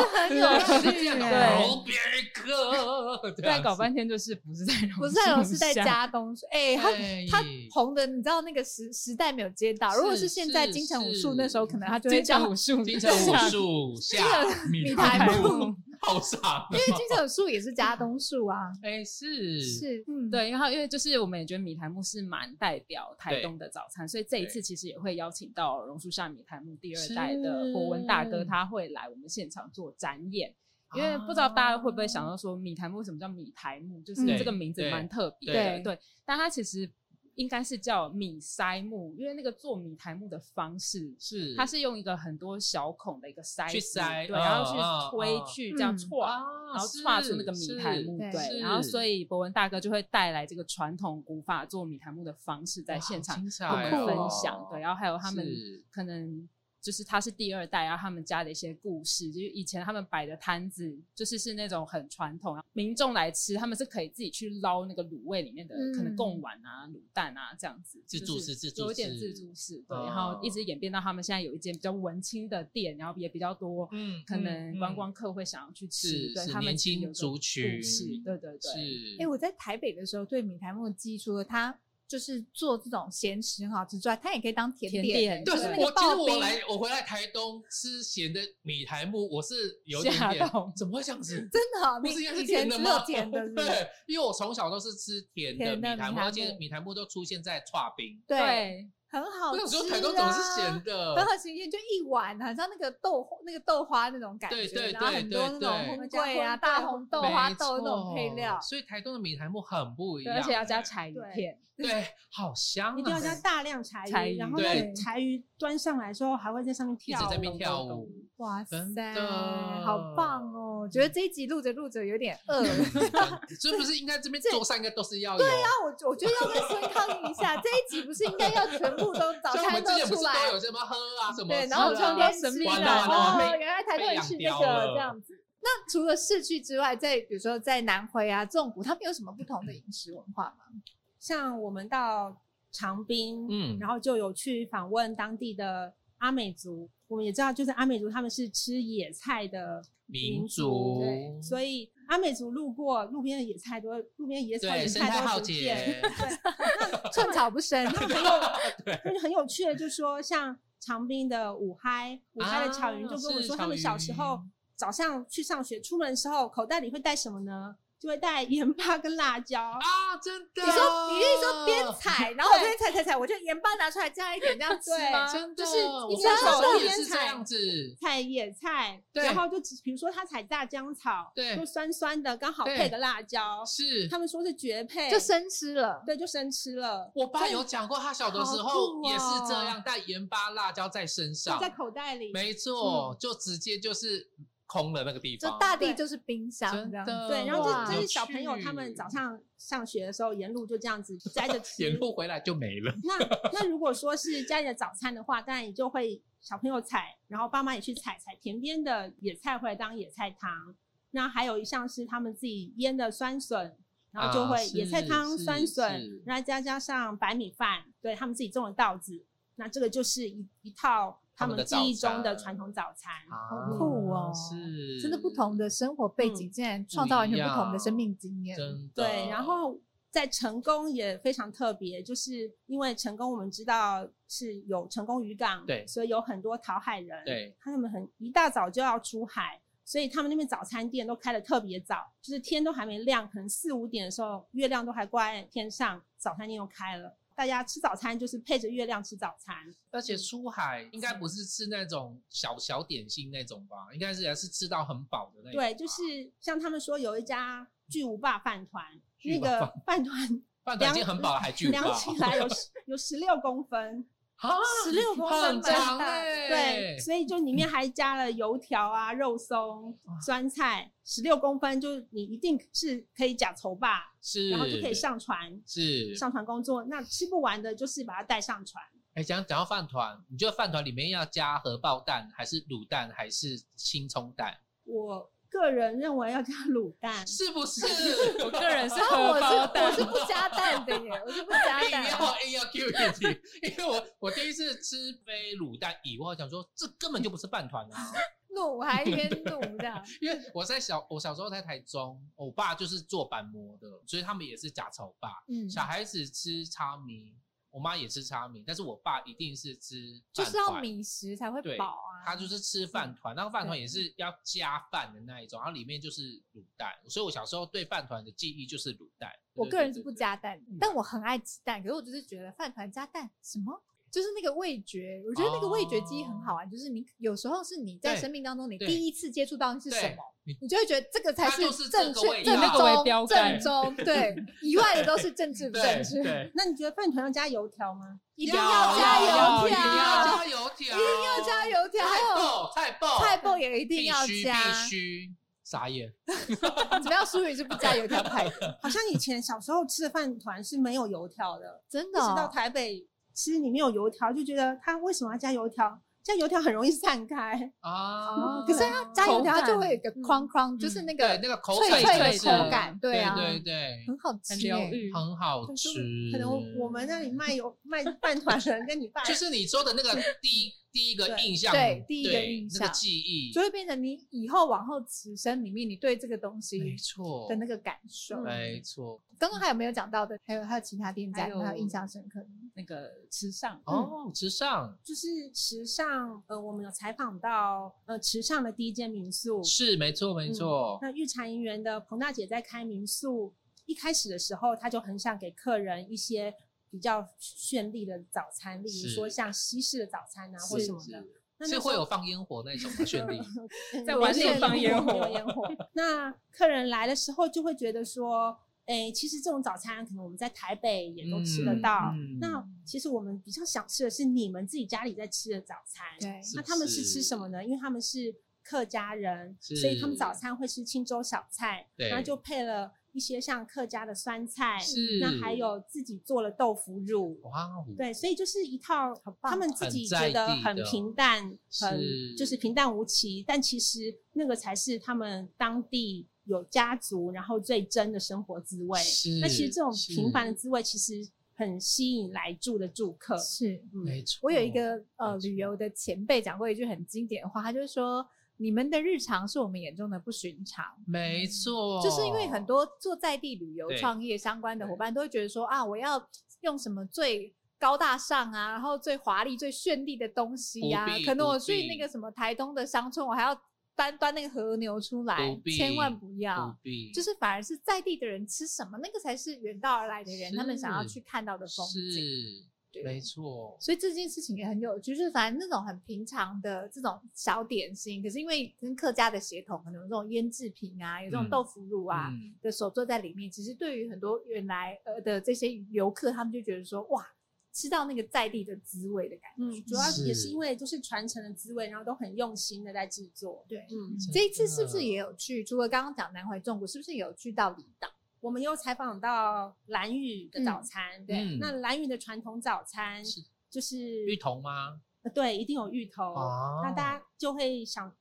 [SPEAKER 1] 其实很有趣
[SPEAKER 2] 啊
[SPEAKER 1] 耶，
[SPEAKER 2] 别克，这样
[SPEAKER 4] 对，
[SPEAKER 2] 子
[SPEAKER 4] 搞半天就是不是在榕树
[SPEAKER 1] 不是在有是在
[SPEAKER 4] 下，
[SPEAKER 1] 加东树，哎，他
[SPEAKER 2] 对
[SPEAKER 1] 他红的，你知道那个时时代没有接到，如果是
[SPEAKER 2] 是
[SPEAKER 1] 现在
[SPEAKER 2] 是
[SPEAKER 1] 金城武术，
[SPEAKER 2] 是
[SPEAKER 1] 那时候可能他就会
[SPEAKER 4] 金
[SPEAKER 1] 叫
[SPEAKER 4] 城武术，
[SPEAKER 2] 金城武术下
[SPEAKER 1] 米台
[SPEAKER 2] 木，
[SPEAKER 1] 木，
[SPEAKER 2] 好傻
[SPEAKER 1] 因。为金城树也是加东树啊，
[SPEAKER 2] 哎，是，
[SPEAKER 1] 是，嗯，
[SPEAKER 4] 对，然后因为就是我们也觉得米苔木是蛮代表台东的早餐，所以这一次其实也会邀请到榕树下米苔木第二代的国文大哥，
[SPEAKER 1] 是
[SPEAKER 4] 他会来我们现场做展演。因为不知道大家会不会想到说米苔木为什么叫米苔木，就是
[SPEAKER 1] 啊嗯
[SPEAKER 4] 这个名字
[SPEAKER 2] 对
[SPEAKER 4] 蛮特别
[SPEAKER 1] 对
[SPEAKER 4] 的，对。但它其实应该是叫米塞木，因为那个做米苔木的方式
[SPEAKER 2] 是，
[SPEAKER 4] 它是用一个很多小孔的一个塞
[SPEAKER 2] 去
[SPEAKER 4] 子
[SPEAKER 2] 塞
[SPEAKER 4] 对，
[SPEAKER 2] 嗯
[SPEAKER 4] 然
[SPEAKER 2] 嗯
[SPEAKER 4] 后去推
[SPEAKER 2] 嗯
[SPEAKER 4] 去这样
[SPEAKER 1] 哦嗯
[SPEAKER 4] 搓，
[SPEAKER 2] 啊
[SPEAKER 4] 然后串出那个米苔木，
[SPEAKER 1] 是
[SPEAKER 4] 对，
[SPEAKER 1] 是
[SPEAKER 4] 然后所
[SPEAKER 2] 以
[SPEAKER 4] 以博文大哥就会带来这个传统古法做米苔木的方式，在现场跟我们
[SPEAKER 2] 哦
[SPEAKER 4] 分享，对，然后还有他们可能。就是他是第二代，然后他们家的一些故事，就是以前他们摆的摊子，就是是那种很传统，然后民众来吃，他们是可以自己去捞那个卤味里面的、可能
[SPEAKER 1] 嗯
[SPEAKER 4] 贡丸啊、卤蛋啊这样子，
[SPEAKER 2] 自
[SPEAKER 4] 就
[SPEAKER 2] 助
[SPEAKER 4] 是
[SPEAKER 2] 式自助
[SPEAKER 4] 有一点
[SPEAKER 2] 式
[SPEAKER 4] 自助式，对，
[SPEAKER 2] 哦
[SPEAKER 4] 然后一直演变到他们现在有一间比较文青的店，然后也比较多
[SPEAKER 2] 嗯
[SPEAKER 4] 可能观光客会想要去吃，
[SPEAKER 2] 是
[SPEAKER 4] 对
[SPEAKER 2] 是
[SPEAKER 4] 他们
[SPEAKER 2] 年
[SPEAKER 4] 其实有
[SPEAKER 2] 轻
[SPEAKER 4] 个
[SPEAKER 2] 族群
[SPEAKER 4] 故事，对对对，
[SPEAKER 2] 是，
[SPEAKER 1] 哎、我在台北的时候对米苔木的记忆，除了它就是做这种咸食很好吃之外，它也可以当甜
[SPEAKER 4] 甜
[SPEAKER 1] 点，
[SPEAKER 4] 点
[SPEAKER 1] 就
[SPEAKER 2] 对，
[SPEAKER 1] 是那
[SPEAKER 2] 我
[SPEAKER 1] 个
[SPEAKER 2] 其实
[SPEAKER 1] 刨
[SPEAKER 2] 我
[SPEAKER 1] 冰，
[SPEAKER 2] 来，我回来台东吃咸的米苔木，我是有点
[SPEAKER 4] 吓
[SPEAKER 2] 点，
[SPEAKER 4] 到，
[SPEAKER 2] 怎么会这样子？
[SPEAKER 1] 真的哦，
[SPEAKER 2] 不
[SPEAKER 1] 你
[SPEAKER 2] 是应该
[SPEAKER 1] 以
[SPEAKER 2] 是
[SPEAKER 1] 前
[SPEAKER 2] 甜
[SPEAKER 1] 只
[SPEAKER 2] 的
[SPEAKER 1] 有
[SPEAKER 2] 吗？
[SPEAKER 1] 甜的是不是，
[SPEAKER 2] 对，因为我从小都是吃甜的
[SPEAKER 1] 甜
[SPEAKER 2] 米
[SPEAKER 1] 的
[SPEAKER 2] 苔
[SPEAKER 1] 米
[SPEAKER 2] 木，
[SPEAKER 1] 苔
[SPEAKER 2] 而且
[SPEAKER 1] 木
[SPEAKER 2] 米苔木都出现在串冰。
[SPEAKER 1] 对，
[SPEAKER 4] 对，
[SPEAKER 1] 很好
[SPEAKER 2] 我
[SPEAKER 1] 吃、啊。
[SPEAKER 2] 想说台东怎么是咸
[SPEAKER 1] 很
[SPEAKER 2] 的？
[SPEAKER 1] 好新鲜，就一碗，好像那个豆那个豆花那种感觉，
[SPEAKER 2] 对对
[SPEAKER 1] 然后
[SPEAKER 2] 对
[SPEAKER 1] 很多那
[SPEAKER 2] 对
[SPEAKER 1] 种
[SPEAKER 2] 对
[SPEAKER 1] 烘桂啊、
[SPEAKER 5] 加
[SPEAKER 1] 大
[SPEAKER 5] 红
[SPEAKER 1] 红豆花
[SPEAKER 2] 没
[SPEAKER 1] 豆那种配
[SPEAKER 2] 错
[SPEAKER 1] 料，
[SPEAKER 2] 所以台东的米苔木很不一
[SPEAKER 4] 对
[SPEAKER 2] 样，
[SPEAKER 4] 而且要加柴鱼
[SPEAKER 5] 对
[SPEAKER 4] 片，
[SPEAKER 2] 对，好香啊！
[SPEAKER 5] 一定要加大量柴
[SPEAKER 4] 柴
[SPEAKER 5] 鱼，
[SPEAKER 4] 鱼
[SPEAKER 5] 然后那
[SPEAKER 2] 对
[SPEAKER 5] 个柴鱼端上来之后，还会在上面
[SPEAKER 2] 一
[SPEAKER 5] 跳
[SPEAKER 2] 直在那边
[SPEAKER 5] 舞。
[SPEAKER 2] 跳舞，
[SPEAKER 1] 哇
[SPEAKER 2] 真
[SPEAKER 1] 塞
[SPEAKER 2] 的，
[SPEAKER 1] 好棒哦！觉得这一集录着录着有点饿了。
[SPEAKER 2] 所以不是应该这边桌上应该都是要有？
[SPEAKER 1] 对啊，我我觉得要 跟孙康一下，这一集不是应该要全部都早
[SPEAKER 2] 像我
[SPEAKER 1] 餐
[SPEAKER 2] 们之前不
[SPEAKER 1] 出
[SPEAKER 2] 是都
[SPEAKER 1] 来？
[SPEAKER 2] 有什么喝啊什么吃啊？
[SPEAKER 1] 对，然后
[SPEAKER 4] 就
[SPEAKER 1] 从
[SPEAKER 4] 天
[SPEAKER 1] 天
[SPEAKER 4] 神
[SPEAKER 1] 吃
[SPEAKER 4] 秘
[SPEAKER 2] 完
[SPEAKER 1] 的
[SPEAKER 2] 了完了
[SPEAKER 1] 哦，
[SPEAKER 2] 被
[SPEAKER 1] 原来台
[SPEAKER 2] 被
[SPEAKER 1] 东人
[SPEAKER 2] 养
[SPEAKER 1] 吃这
[SPEAKER 2] 刁
[SPEAKER 1] 个
[SPEAKER 2] 了
[SPEAKER 1] 这样子。那除了市区之外，在比如说在南回啊、纵谷，他们有什么不同的饮食文化吗？
[SPEAKER 5] 像我们到长滨，
[SPEAKER 2] 嗯
[SPEAKER 5] 然后就有去访问当地的阿美族，我们也知道，就是阿美族他们是吃野菜的
[SPEAKER 2] 民
[SPEAKER 5] 族，
[SPEAKER 2] 族
[SPEAKER 5] 对，所以阿美族路过路边的野菜多，路边野草
[SPEAKER 2] 对
[SPEAKER 5] 野
[SPEAKER 2] 生
[SPEAKER 5] 菜
[SPEAKER 2] 态
[SPEAKER 5] 都
[SPEAKER 2] 浩
[SPEAKER 5] 很见。
[SPEAKER 2] 劫，
[SPEAKER 1] 寸草不 生，
[SPEAKER 2] 啊
[SPEAKER 5] 就是很有趣的，就是说像长滨的五嗨，五嗨的草云
[SPEAKER 2] 啊
[SPEAKER 5] 就跟我
[SPEAKER 2] 是
[SPEAKER 5] 说，他们
[SPEAKER 2] 草
[SPEAKER 5] 小
[SPEAKER 2] 云
[SPEAKER 5] 时候早上去上学，出门的时候口袋里会带什么呢？就会带盐巴跟辣椒。
[SPEAKER 2] 啊，真的。
[SPEAKER 1] 你说，你是说边踩，然后我这
[SPEAKER 5] 对
[SPEAKER 1] 边踩踩踩，我就盐巴拿出来加一点，这样吃
[SPEAKER 5] 对
[SPEAKER 1] 吗？
[SPEAKER 2] 真
[SPEAKER 1] 就
[SPEAKER 2] 的，
[SPEAKER 1] 是一
[SPEAKER 2] 我们
[SPEAKER 1] 边
[SPEAKER 2] 小时
[SPEAKER 1] 走
[SPEAKER 2] 候
[SPEAKER 5] 路
[SPEAKER 2] 也
[SPEAKER 5] 边
[SPEAKER 2] 是这
[SPEAKER 5] 踩
[SPEAKER 2] 样子，
[SPEAKER 5] 菜野菜，
[SPEAKER 2] 对
[SPEAKER 5] 然后就只比如说他采炸姜草，
[SPEAKER 2] 对
[SPEAKER 5] 就酸酸的，刚好
[SPEAKER 2] 对
[SPEAKER 5] 配个辣椒，
[SPEAKER 2] 是
[SPEAKER 5] 哦他。们说是绝配，
[SPEAKER 1] 就生吃了。
[SPEAKER 5] 对，就生吃了，
[SPEAKER 2] 我爸有讲过，他小的时
[SPEAKER 5] 好
[SPEAKER 2] 候
[SPEAKER 5] 酷
[SPEAKER 2] 也是这
[SPEAKER 5] 哦
[SPEAKER 2] 样，带盐巴、辣椒在身
[SPEAKER 5] 就
[SPEAKER 2] 上，
[SPEAKER 5] 在口袋里，
[SPEAKER 2] 没错，就直接就是空了那个地
[SPEAKER 1] 就
[SPEAKER 2] 方，
[SPEAKER 1] 大地
[SPEAKER 5] 对
[SPEAKER 1] 就是冰箱这
[SPEAKER 2] 真的
[SPEAKER 1] 样子。
[SPEAKER 5] 对，然后
[SPEAKER 1] 哇
[SPEAKER 5] 就就是小
[SPEAKER 2] 有
[SPEAKER 5] 朋友
[SPEAKER 2] 趣
[SPEAKER 5] 他们早上上学的时候，沿路就这样子摘着吃，
[SPEAKER 2] 沿路回来就没了，
[SPEAKER 5] 那那如果说是家里的早餐的话，当然也就会小朋友采，然后爸妈也去采采田边的野菜回来当野菜汤。那还有一项是他们自己腌的酸笋，然后就
[SPEAKER 2] 啊
[SPEAKER 5] 会野菜
[SPEAKER 2] 是
[SPEAKER 5] 汤、
[SPEAKER 2] 是
[SPEAKER 5] 酸
[SPEAKER 2] 是
[SPEAKER 5] 笋，然后再加上白米饭，对他们自己种的稻子。那这个就是一一套
[SPEAKER 2] 他
[SPEAKER 5] 他
[SPEAKER 2] 们的
[SPEAKER 5] 们记忆中的
[SPEAKER 2] 早餐
[SPEAKER 5] 传统早餐。
[SPEAKER 1] 好酷哦
[SPEAKER 2] 是
[SPEAKER 1] 真的不同的生活背景，竟然创造完全不同的生命经验。
[SPEAKER 2] 真的
[SPEAKER 5] 对，然后在成功也非常特别，就是因为成功我们知道是有成功渔港，
[SPEAKER 2] 对
[SPEAKER 5] 所以有很多讨海人，
[SPEAKER 2] 对，
[SPEAKER 5] 他们很一大早就要出海，所以他们那边早餐店都开的特别早，就是天都还没亮，可能四五点的时候，月亮都还挂在天上，早餐店就开了。大家吃早餐就是配着月亮吃早餐，
[SPEAKER 2] 而且出
[SPEAKER 5] 嗯
[SPEAKER 2] 海应该不是吃那种小小点心那种吧，应该是也是吃到很饱的那种吧，
[SPEAKER 5] 对，就是像他们说有一家巨无霸饭团，
[SPEAKER 2] 巨
[SPEAKER 5] 那
[SPEAKER 2] 无霸
[SPEAKER 5] 个饭团
[SPEAKER 2] 饭团已经
[SPEAKER 5] 量
[SPEAKER 2] 很饱了还巨啊
[SPEAKER 5] 量
[SPEAKER 2] 饱，
[SPEAKER 5] 起来有十有十六公分，
[SPEAKER 2] 啊，
[SPEAKER 5] 16公分
[SPEAKER 2] 很长
[SPEAKER 5] 吧
[SPEAKER 2] 哎，
[SPEAKER 5] 对，所以就里面还加了油条啊、肉松、酸菜，十六公分，就是你一定是可以假筹吧，
[SPEAKER 2] 是，
[SPEAKER 5] 然后就可以上船，
[SPEAKER 2] 是
[SPEAKER 5] 上船工作。那吃不完的，就是把它带上船。
[SPEAKER 2] 哎，讲讲到饭团，你觉得饭团里面要加荷包蛋，还是卤蛋，还是青葱蛋？
[SPEAKER 5] 我个人认为要加卤蛋，
[SPEAKER 2] 是不是？
[SPEAKER 4] 我个人是
[SPEAKER 1] 然后我
[SPEAKER 4] 荷
[SPEAKER 1] 是
[SPEAKER 4] 包
[SPEAKER 1] 我
[SPEAKER 4] 蛋，
[SPEAKER 1] 是不加蛋的耶，我是不 加
[SPEAKER 2] 硬
[SPEAKER 1] 蛋。
[SPEAKER 2] 要硬要哎 Q 一题， 因为我我第一次吃杯卤蛋以后，我想说这根本就不是饭团啊！
[SPEAKER 1] 怒还添怒这样，
[SPEAKER 2] 因为我在小我小时候在台中，我爸就是做板模的，所以他们也是假炒爸。
[SPEAKER 1] 嗯，
[SPEAKER 2] 小孩子吃叉米，我妈也吃叉米，但是我爸一定是吃
[SPEAKER 1] 就
[SPEAKER 2] 饭
[SPEAKER 1] 是要
[SPEAKER 2] 团，
[SPEAKER 1] 米食才会
[SPEAKER 2] 对
[SPEAKER 1] 饱啊。
[SPEAKER 2] 他就是吃饭团，那个饭团也是要加饭的那一种，然后里面就是卤蛋，所以我小时候对饭团的记忆就是卤蛋。
[SPEAKER 1] 我
[SPEAKER 2] 对
[SPEAKER 1] 个人是不，
[SPEAKER 2] 对对对嗯
[SPEAKER 1] 加蛋，但我很爱吃蛋。可是我就是觉得饭团加蛋什么，就是那个味觉，我觉得那个味觉记忆很好玩。就是你有时候是你在
[SPEAKER 2] 对
[SPEAKER 1] 生命当中，你
[SPEAKER 2] 对
[SPEAKER 1] 第一次接触到的是什
[SPEAKER 2] 对
[SPEAKER 1] 么
[SPEAKER 2] 你，
[SPEAKER 1] 你就会觉得这个才
[SPEAKER 2] 它就是这
[SPEAKER 1] 正
[SPEAKER 2] 个
[SPEAKER 1] 确、
[SPEAKER 2] 味
[SPEAKER 1] 正
[SPEAKER 2] 道
[SPEAKER 4] 作为标
[SPEAKER 1] 宗、
[SPEAKER 4] 杆
[SPEAKER 1] 正宗。对， 以外的都是政治不正
[SPEAKER 2] 对
[SPEAKER 1] 确，
[SPEAKER 2] 对，
[SPEAKER 5] 那你觉得饭团要加油条吗？
[SPEAKER 1] 一定要加
[SPEAKER 4] 要
[SPEAKER 1] 油
[SPEAKER 2] 一定要
[SPEAKER 1] 条，
[SPEAKER 2] 加油条，
[SPEAKER 1] 一定要加油条，还有
[SPEAKER 2] 菜爆，
[SPEAKER 1] 菜
[SPEAKER 2] 菜爆，
[SPEAKER 1] 爆也一定要
[SPEAKER 2] 必须
[SPEAKER 1] 加。
[SPEAKER 2] 必须，傻眼，
[SPEAKER 1] 只要淑语是不加油条 派的，
[SPEAKER 5] 好像以前小时候吃的饭团是没有油条的，
[SPEAKER 1] 真
[SPEAKER 5] 一
[SPEAKER 1] 的
[SPEAKER 5] 直到
[SPEAKER 1] 哦。
[SPEAKER 5] 台北吃里面有油条，就觉得它为什么要加油条？加油条很容易散开，
[SPEAKER 2] 啊！
[SPEAKER 1] 可是它加油条它就会有一个
[SPEAKER 5] 口感
[SPEAKER 1] 框框，就是那
[SPEAKER 2] 嗯对
[SPEAKER 1] 个
[SPEAKER 2] 那个口
[SPEAKER 1] 脆
[SPEAKER 2] 感
[SPEAKER 1] 脆
[SPEAKER 2] 真
[SPEAKER 1] 的
[SPEAKER 2] 是
[SPEAKER 1] 口感，对
[SPEAKER 2] 对
[SPEAKER 1] 啊，
[SPEAKER 2] 对对，
[SPEAKER 1] 很好吃、
[SPEAKER 4] 很疗
[SPEAKER 1] 欸
[SPEAKER 4] 愈，
[SPEAKER 2] 很好
[SPEAKER 5] 但是
[SPEAKER 2] 吃。
[SPEAKER 5] 可能我我们那里卖油卖饭团的人跟你爸
[SPEAKER 2] 就是你说的那个第一第一个
[SPEAKER 5] 对
[SPEAKER 2] 印象，
[SPEAKER 1] 对第一个
[SPEAKER 2] 对
[SPEAKER 1] 印
[SPEAKER 2] 那
[SPEAKER 1] 象
[SPEAKER 2] 个记忆
[SPEAKER 1] 就，会变成你以后往后此生里面，你对这个东
[SPEAKER 2] 没
[SPEAKER 1] 西
[SPEAKER 2] 错
[SPEAKER 1] 的，那个感受。
[SPEAKER 5] 嗯
[SPEAKER 2] 没错。
[SPEAKER 1] 刚刚还有没有讲到的？还有还有其他店家，
[SPEAKER 4] 还
[SPEAKER 1] 你
[SPEAKER 4] 有
[SPEAKER 1] 们还有印象深刻的吗？
[SPEAKER 4] 那个吃上
[SPEAKER 2] 哦，之上
[SPEAKER 5] 就是时尚，呃，我们有采访到呃池上的第一间民宿，
[SPEAKER 2] 是没错没错，
[SPEAKER 5] 那御茶银园的彭大姐在开民宿，一开始的时候，她就很想给客人一些比较绚丽的早餐，例如
[SPEAKER 2] 是
[SPEAKER 5] 说像西式的早餐啊，或
[SPEAKER 2] 是
[SPEAKER 5] 什么的。
[SPEAKER 2] 是
[SPEAKER 5] 那
[SPEAKER 2] 是
[SPEAKER 5] 那
[SPEAKER 2] 会
[SPEAKER 5] 时候
[SPEAKER 2] 有放烟火那种吗绚丽，
[SPEAKER 5] 嗯
[SPEAKER 4] 在碗里
[SPEAKER 5] 没有
[SPEAKER 1] 放
[SPEAKER 4] 烟火
[SPEAKER 5] 没有烟 火。那客人来的时候就会觉得说，哎，其实这种早餐可能我们在台北也都吃得到。
[SPEAKER 2] 嗯嗯
[SPEAKER 5] 那其实我们比较想吃的是你们自己家里在吃的早餐。
[SPEAKER 1] 对，
[SPEAKER 2] 是
[SPEAKER 5] 那
[SPEAKER 2] 不
[SPEAKER 5] 他们是
[SPEAKER 2] 是
[SPEAKER 5] 吃什么呢？因为他们是客家人，
[SPEAKER 2] 是
[SPEAKER 5] 所以他们早餐会吃青州小菜，
[SPEAKER 2] 对
[SPEAKER 5] 然后就配了一些像客家的酸菜，
[SPEAKER 2] 是
[SPEAKER 5] 那还有自己做了豆腐乳。
[SPEAKER 2] 哇哦，
[SPEAKER 5] 对，所以就是一套
[SPEAKER 1] 棒
[SPEAKER 5] 他们自己觉得
[SPEAKER 2] 很在
[SPEAKER 5] 很
[SPEAKER 2] 地的
[SPEAKER 5] 平淡，很
[SPEAKER 2] 是
[SPEAKER 5] 就是平淡无奇，但其实那个才是他们当地有家族，然后最真的生活滋味。
[SPEAKER 2] 是
[SPEAKER 5] 那其实这种
[SPEAKER 2] 是
[SPEAKER 5] 平凡的滋味，其实很吸引来住的住客。
[SPEAKER 1] 是
[SPEAKER 2] 没错，
[SPEAKER 1] 我有一个呃
[SPEAKER 2] 嗯没错
[SPEAKER 1] 旅游的前辈讲过一句很经典的话，他就是说：“你们的日常是我们眼中的不寻常。”
[SPEAKER 2] 没错，
[SPEAKER 1] 嗯就是因为很多做在地旅游
[SPEAKER 2] 哦对
[SPEAKER 1] 创业相关的伙伴都会觉得说啊，我要用什么最高大上啊，然后最华丽、最绚丽的东西呀、
[SPEAKER 2] 不必
[SPEAKER 1] 可能我
[SPEAKER 2] 不必
[SPEAKER 1] 去那个什么台东的乡村，我还要搬端那个和牛出来
[SPEAKER 2] 不，必
[SPEAKER 1] 千万不
[SPEAKER 2] 不
[SPEAKER 1] 要。
[SPEAKER 2] 必
[SPEAKER 1] 就是反而是在地的人吃什么，那个才是远道而来的人
[SPEAKER 2] 是
[SPEAKER 1] 他们想要去看到的风景。
[SPEAKER 2] 是
[SPEAKER 1] 对
[SPEAKER 2] 没错，
[SPEAKER 1] 所以这件事情也很有趣，就是反正那种很平常的这种小点心，可是因为跟客家的血统，可能有这种腌制品啊，有这种
[SPEAKER 2] 嗯
[SPEAKER 1] 豆腐乳啊，
[SPEAKER 2] 嗯
[SPEAKER 1] 的手作在里面，其实对于很多原来呃的这些游客，他们就觉得说哇，吃到那个在地的滋味的感觉。
[SPEAKER 5] 嗯，主要也
[SPEAKER 2] 是
[SPEAKER 5] 是因为都是传承的滋味，然后都很用心的在制作。
[SPEAKER 1] 对
[SPEAKER 5] 嗯，
[SPEAKER 1] 这一次是不是也有去？除了刚刚讲南回纵谷，是不是也有去到离岛？
[SPEAKER 5] 我们又采访到蓝屿的早餐，
[SPEAKER 1] 对
[SPEAKER 2] 嗯
[SPEAKER 5] 那蓝屿的传统早餐
[SPEAKER 2] 是
[SPEAKER 5] 就是
[SPEAKER 2] 芋头吗？
[SPEAKER 5] 呃对，一定有芋头。
[SPEAKER 2] 哦
[SPEAKER 5] 那大家就会想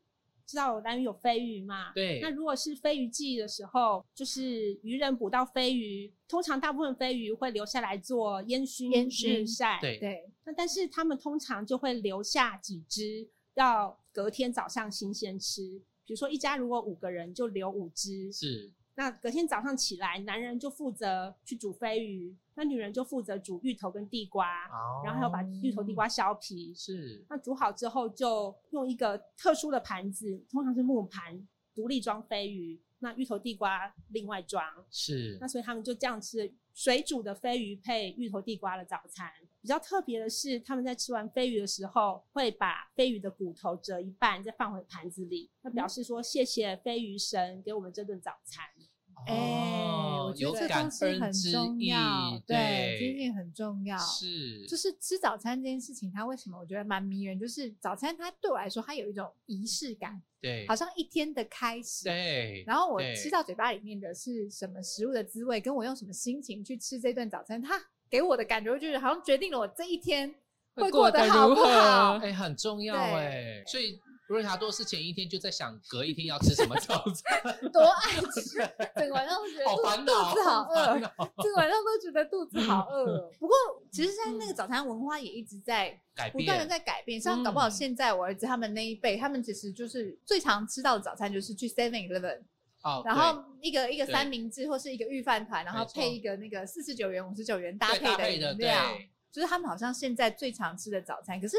[SPEAKER 5] 知道蓝屿有飞鱼嘛？。
[SPEAKER 2] 对
[SPEAKER 5] 那如果是飞鱼季的时候，就是渔人捕到飞鱼，通常大部分飞鱼会留下来做烟熏、
[SPEAKER 1] 烟熏
[SPEAKER 5] 日晒。
[SPEAKER 2] 对
[SPEAKER 1] 对，
[SPEAKER 5] 那但是他们通常就会留下几只，要隔天早上新鲜吃。比如说一家如果五个人，就留五只。
[SPEAKER 2] 是
[SPEAKER 5] 那隔天早上起来，男人就负责去煮飞鱼，那女人就负责煮芋头跟地瓜，
[SPEAKER 2] 哦
[SPEAKER 5] 然后还要把芋头、地瓜削皮。
[SPEAKER 2] 是
[SPEAKER 5] 那煮好之后，就用一个特殊的盘子，通常是木盘，独立装飞鱼。那芋头、地瓜另外装。
[SPEAKER 2] 是
[SPEAKER 5] 那所以他们就这样吃水煮的飞鱼配芋头地瓜的早餐。比较特别的是，他们在吃完飞鱼的时候，会把飞鱼的骨头折一半，再放回盘子里，那表示说谢谢飞鱼神给我们这顿早餐。
[SPEAKER 1] 哎，
[SPEAKER 2] 哦
[SPEAKER 1] 我觉得这东西很重要，对，这件事情很重要。
[SPEAKER 2] 是
[SPEAKER 1] 就是吃早餐这件事情，它为什么我觉得蛮迷人？就是早餐它对我来说，它有一种仪式感，
[SPEAKER 2] 对，
[SPEAKER 1] 好像一天的开始。
[SPEAKER 2] 对，
[SPEAKER 1] 然后我
[SPEAKER 2] 对
[SPEAKER 1] 吃到嘴巴里面的是什么食物的滋味，跟我用什么心情去吃这顿早餐，它给我的感觉就是好像决定了我这一天会过得好
[SPEAKER 4] 如
[SPEAKER 1] 不好
[SPEAKER 4] 何？
[SPEAKER 2] 哎、很重要
[SPEAKER 1] 对
[SPEAKER 2] 哎、所以瑞塔多是前一天就在想隔一天要吃什么早餐，
[SPEAKER 1] 多爱 吃，整个晚上都觉得
[SPEAKER 2] 好
[SPEAKER 1] 肚
[SPEAKER 2] 烦
[SPEAKER 1] 肚
[SPEAKER 2] 恼，
[SPEAKER 1] 子好
[SPEAKER 2] 好烦哦嗯
[SPEAKER 1] 饿，
[SPEAKER 2] 恼，
[SPEAKER 1] 整个晚上都觉得肚子好饿哦。不过，其实现在那个早餐文化也一直在
[SPEAKER 2] 改
[SPEAKER 1] 不断的
[SPEAKER 2] 嗯变
[SPEAKER 1] 在改变，像搞不好
[SPEAKER 2] 嗯
[SPEAKER 1] 现在我儿子他们那一辈，他们其实就是最常吃到的早餐就是去 Seven Eleven，
[SPEAKER 2] 哦，
[SPEAKER 1] 然
[SPEAKER 2] 对
[SPEAKER 1] 后一个一个
[SPEAKER 2] 对
[SPEAKER 1] 三明治或是一个御饭团，然后
[SPEAKER 2] 没错
[SPEAKER 1] 配一个那个四十九元、五十九元搭
[SPEAKER 2] 对搭
[SPEAKER 1] 配
[SPEAKER 2] 配
[SPEAKER 1] 的
[SPEAKER 2] 的
[SPEAKER 1] 饮料。
[SPEAKER 2] 对，
[SPEAKER 1] 就是他们好像现在最常吃的早餐。可是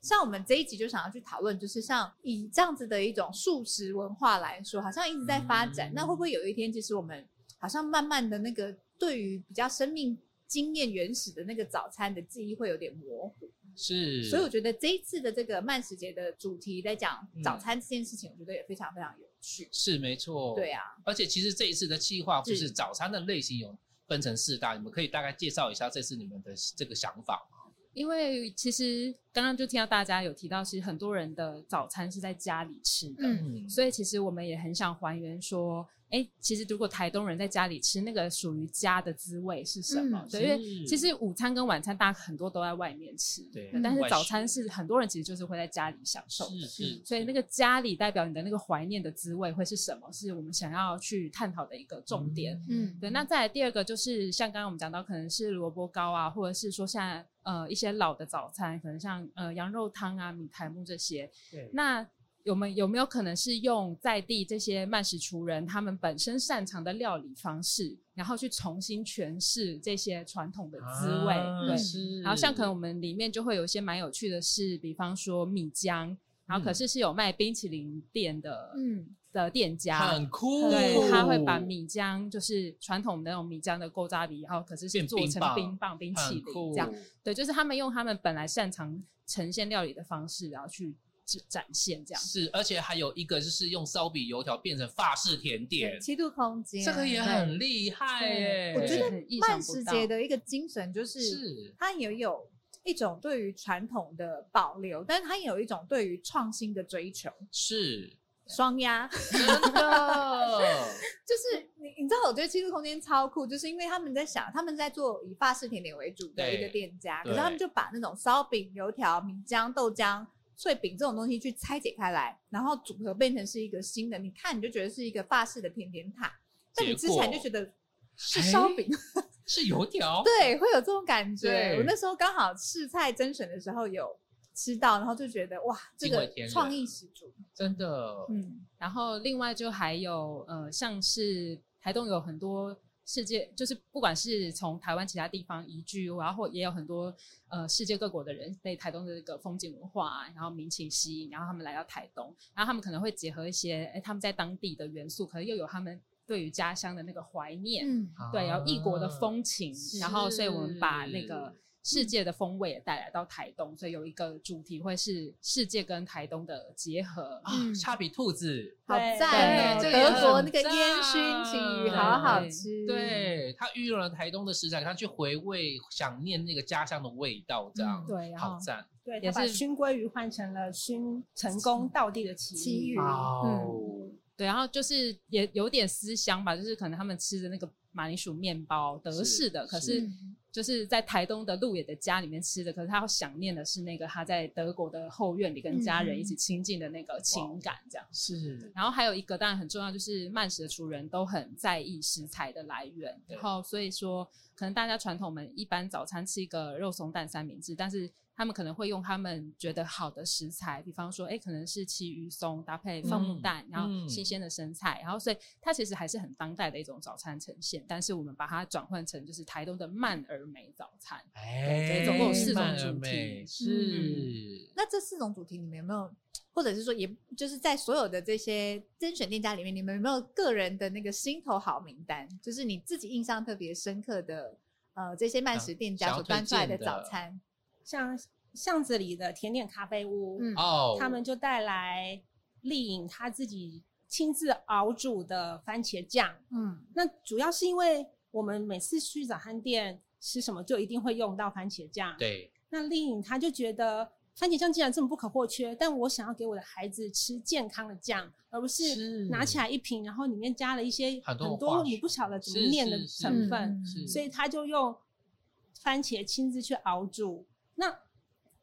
[SPEAKER 1] 像我们这一集就想要去讨论，就是像以这样子的一种素食文化来说，好像一直在发展。
[SPEAKER 2] 嗯
[SPEAKER 1] 那会不会有一天，其实我们好像慢慢的那个对于比较生命经验原始的那个早餐的记忆会有点模糊？
[SPEAKER 2] 是，
[SPEAKER 1] 所以我觉得这一次的这个慢食节的主题在讲
[SPEAKER 2] 嗯
[SPEAKER 1] 早餐这件事情，我觉得也非常非常有趣。
[SPEAKER 2] 是没错，
[SPEAKER 1] 对。啊，
[SPEAKER 2] 而且其实这一次的计划就是
[SPEAKER 1] 是
[SPEAKER 2] 早餐的类型有分成四大，你们可以大概介绍一下这次你们的这个想法吗？
[SPEAKER 4] 因为其实刚刚就听到大家有提到，其实很多人的早餐是在家里吃的，
[SPEAKER 1] 嗯
[SPEAKER 2] 嗯，
[SPEAKER 4] 所以其实我们也很想还原说，哎、其实如果台东人在家里吃那个属于家的滋味是什么？
[SPEAKER 1] 嗯
[SPEAKER 4] 对，因为
[SPEAKER 2] 是
[SPEAKER 4] 其实午餐跟晚餐大家很多都在外面吃，
[SPEAKER 2] 对
[SPEAKER 4] 但是
[SPEAKER 2] 外食
[SPEAKER 4] 早餐是很多人其实就是会在家里享受的。
[SPEAKER 2] 是是，
[SPEAKER 4] 所以那
[SPEAKER 2] 个
[SPEAKER 4] 个家里代表你的那个怀念的滋味会是什么？是我们想要去探讨的一个重点。
[SPEAKER 1] 嗯，
[SPEAKER 4] 对，那再来第二个就是像刚刚我们讲到，可能是萝卜糕啊，或者是说现在呃一些老的早餐，可能像呃羊肉汤啊、米苔木这些。
[SPEAKER 2] 对
[SPEAKER 4] 那我们有没有可能是用在地这些慢食厨人他们本身擅长的料理方式，然后去重新诠释这些传统的滋味？
[SPEAKER 2] 啊
[SPEAKER 4] 对，
[SPEAKER 2] 是。
[SPEAKER 4] 然后像可
[SPEAKER 5] 嗯
[SPEAKER 4] 能我们里面就会有一些蛮有趣的是，比方说米浆，然
[SPEAKER 5] 嗯
[SPEAKER 4] 后可是是有卖冰淇淋店的、
[SPEAKER 1] 嗯
[SPEAKER 4] 的店家，
[SPEAKER 2] 很酷，
[SPEAKER 4] 对，他会把米浆就是传统的那种米浆的勾扎米，然后可是是
[SPEAKER 2] 变
[SPEAKER 4] 做
[SPEAKER 2] 冰
[SPEAKER 4] 成
[SPEAKER 2] 棒
[SPEAKER 4] 冰棒、冰淇
[SPEAKER 2] 很
[SPEAKER 4] 淋
[SPEAKER 2] 酷
[SPEAKER 4] 这样。对，就是他们用他们本来擅长呈现料理的方式，然后去展展现这样。
[SPEAKER 2] 是，而且还有一个就是用烧饼油条变成法式甜点，
[SPEAKER 1] 七度空间，
[SPEAKER 2] 这个也很厉害耶。
[SPEAKER 1] 我觉得
[SPEAKER 4] 哎很意想
[SPEAKER 1] 慢
[SPEAKER 4] 不
[SPEAKER 1] 食
[SPEAKER 4] 到
[SPEAKER 1] 节的一个精神就是，
[SPEAKER 2] 是
[SPEAKER 1] 它也有一种对于传统的保留，但它也有一种对于创新的追求。
[SPEAKER 2] 是
[SPEAKER 1] 双压，
[SPEAKER 2] 真的，
[SPEAKER 1] 就是你，你知道，我觉得七度空间超酷，就是因为他们在想，他们在做以法式甜点为主的
[SPEAKER 2] 对
[SPEAKER 1] 一个店家，
[SPEAKER 2] 对
[SPEAKER 1] 可是他们就把那种烧饼、油条、米浆、豆浆、脆饼这种东西去拆解开来，然后组合变成是一个新的，你看你就觉得是一个法式的甜点塔，但你
[SPEAKER 2] 结
[SPEAKER 1] 吃起来
[SPEAKER 2] 果哎
[SPEAKER 1] 就觉得是烧饼，
[SPEAKER 2] 是油条，
[SPEAKER 1] 对，会有这种感觉
[SPEAKER 2] 对。
[SPEAKER 1] 我那时候刚好试菜甄选的时候有吃到，然后就觉得哇，这
[SPEAKER 2] 惊为
[SPEAKER 1] 个
[SPEAKER 2] 天人
[SPEAKER 1] 创意十足，
[SPEAKER 2] 真的，
[SPEAKER 1] 嗯，
[SPEAKER 4] 然后另外就还有呃，像是台东有很多世界，就是不管是从台湾其他地方移居，然后也有很多呃世界各国的人被台东的这个风景文化啊，然后民情吸引，然后他们来到台东，然后他们可能会结合一些哎他们在当地的元素，可能又有他们对于家乡的那个怀念，
[SPEAKER 1] 嗯
[SPEAKER 4] 对，然后异国的
[SPEAKER 2] 啊
[SPEAKER 4] 风情，然后所以我们把那个
[SPEAKER 2] 是。
[SPEAKER 4] 世界的风味也带来到台东，所以有一个主题会是世界跟台东的结合。
[SPEAKER 2] 啊
[SPEAKER 1] 嗯，
[SPEAKER 2] 恰比兔子，
[SPEAKER 1] 好
[SPEAKER 5] 对
[SPEAKER 1] 赞哦！
[SPEAKER 2] 对这个也
[SPEAKER 1] 德国
[SPEAKER 2] 很
[SPEAKER 1] 那个烟熏
[SPEAKER 2] 赞
[SPEAKER 1] 鲫鱼好好吃，，
[SPEAKER 2] 对他运用了台东的食材，他去回味想念那个家乡的味道，这样
[SPEAKER 1] 嗯
[SPEAKER 4] 对，然后
[SPEAKER 2] 好赞
[SPEAKER 5] 对，
[SPEAKER 4] 也
[SPEAKER 5] 他把
[SPEAKER 4] 是
[SPEAKER 5] 熏鲑鱼换成了熏成功到地的
[SPEAKER 1] 奇
[SPEAKER 5] 奇
[SPEAKER 1] 遇
[SPEAKER 5] 遇。
[SPEAKER 2] 哦！
[SPEAKER 4] 对，然后就是也有点思乡吧，就是可能他们吃的那个马铃薯面包，德式的，
[SPEAKER 2] 是
[SPEAKER 4] 可
[SPEAKER 2] 是
[SPEAKER 4] 是就是在台东的鹿野的家里面吃的，可是他想念的是那个他在德国的后院里跟家人一起亲近的那个情感，这样。
[SPEAKER 2] 是
[SPEAKER 4] 然后还有一个当然很重要，就是慢食的厨人都很在意食材的来源，
[SPEAKER 2] 对
[SPEAKER 4] 然后所以说可能大家传统我们一般早餐吃一个肉松蛋三明治，但是他们可能会用他们觉得好的食材，比方说哎可能是旗鱼松搭配放牧蛋，然后
[SPEAKER 2] 嗯
[SPEAKER 4] 新鲜的生菜，然后所以它其实还是很当代的一种早餐呈现，但是我们把它转换成就是台东的慢而美早餐。
[SPEAKER 2] 哎，
[SPEAKER 1] 对总共有四
[SPEAKER 4] 种
[SPEAKER 2] 慢而
[SPEAKER 4] 主题
[SPEAKER 2] 美
[SPEAKER 4] 嗯
[SPEAKER 2] 是
[SPEAKER 1] 那这四种主题，你们有没有，或者是说，也就是在所有的这些甄选店家里面，你们有没有个人的那个心头好名单？就是你自己印象特别深刻的，呃，这些慢食店家
[SPEAKER 2] 想要
[SPEAKER 1] 所端出来的
[SPEAKER 2] 推荐的
[SPEAKER 1] 早餐，
[SPEAKER 5] 像巷子里的甜点咖啡屋，
[SPEAKER 1] 嗯
[SPEAKER 2] 哦，
[SPEAKER 5] 他们就带来丽颖她自己亲自熬煮的番茄酱。
[SPEAKER 1] 嗯，
[SPEAKER 5] 那主要是因为我们每次去早餐店吃什么，就一定会用到番茄酱。，
[SPEAKER 2] 对
[SPEAKER 5] 那丽颖她就觉得番茄酱既然这么不可或缺，但我想要给我的孩子吃健康的酱，而不
[SPEAKER 2] 是
[SPEAKER 5] 是拿起来一瓶，然后里面加了一些
[SPEAKER 2] 很
[SPEAKER 5] 很
[SPEAKER 2] 多化
[SPEAKER 5] 多
[SPEAKER 2] 学
[SPEAKER 5] 你不晓得怎么
[SPEAKER 2] 是
[SPEAKER 5] 念
[SPEAKER 2] 是
[SPEAKER 5] 的
[SPEAKER 2] 是
[SPEAKER 5] 成分。
[SPEAKER 2] 是
[SPEAKER 5] 所以他就用番茄亲自去熬煮。那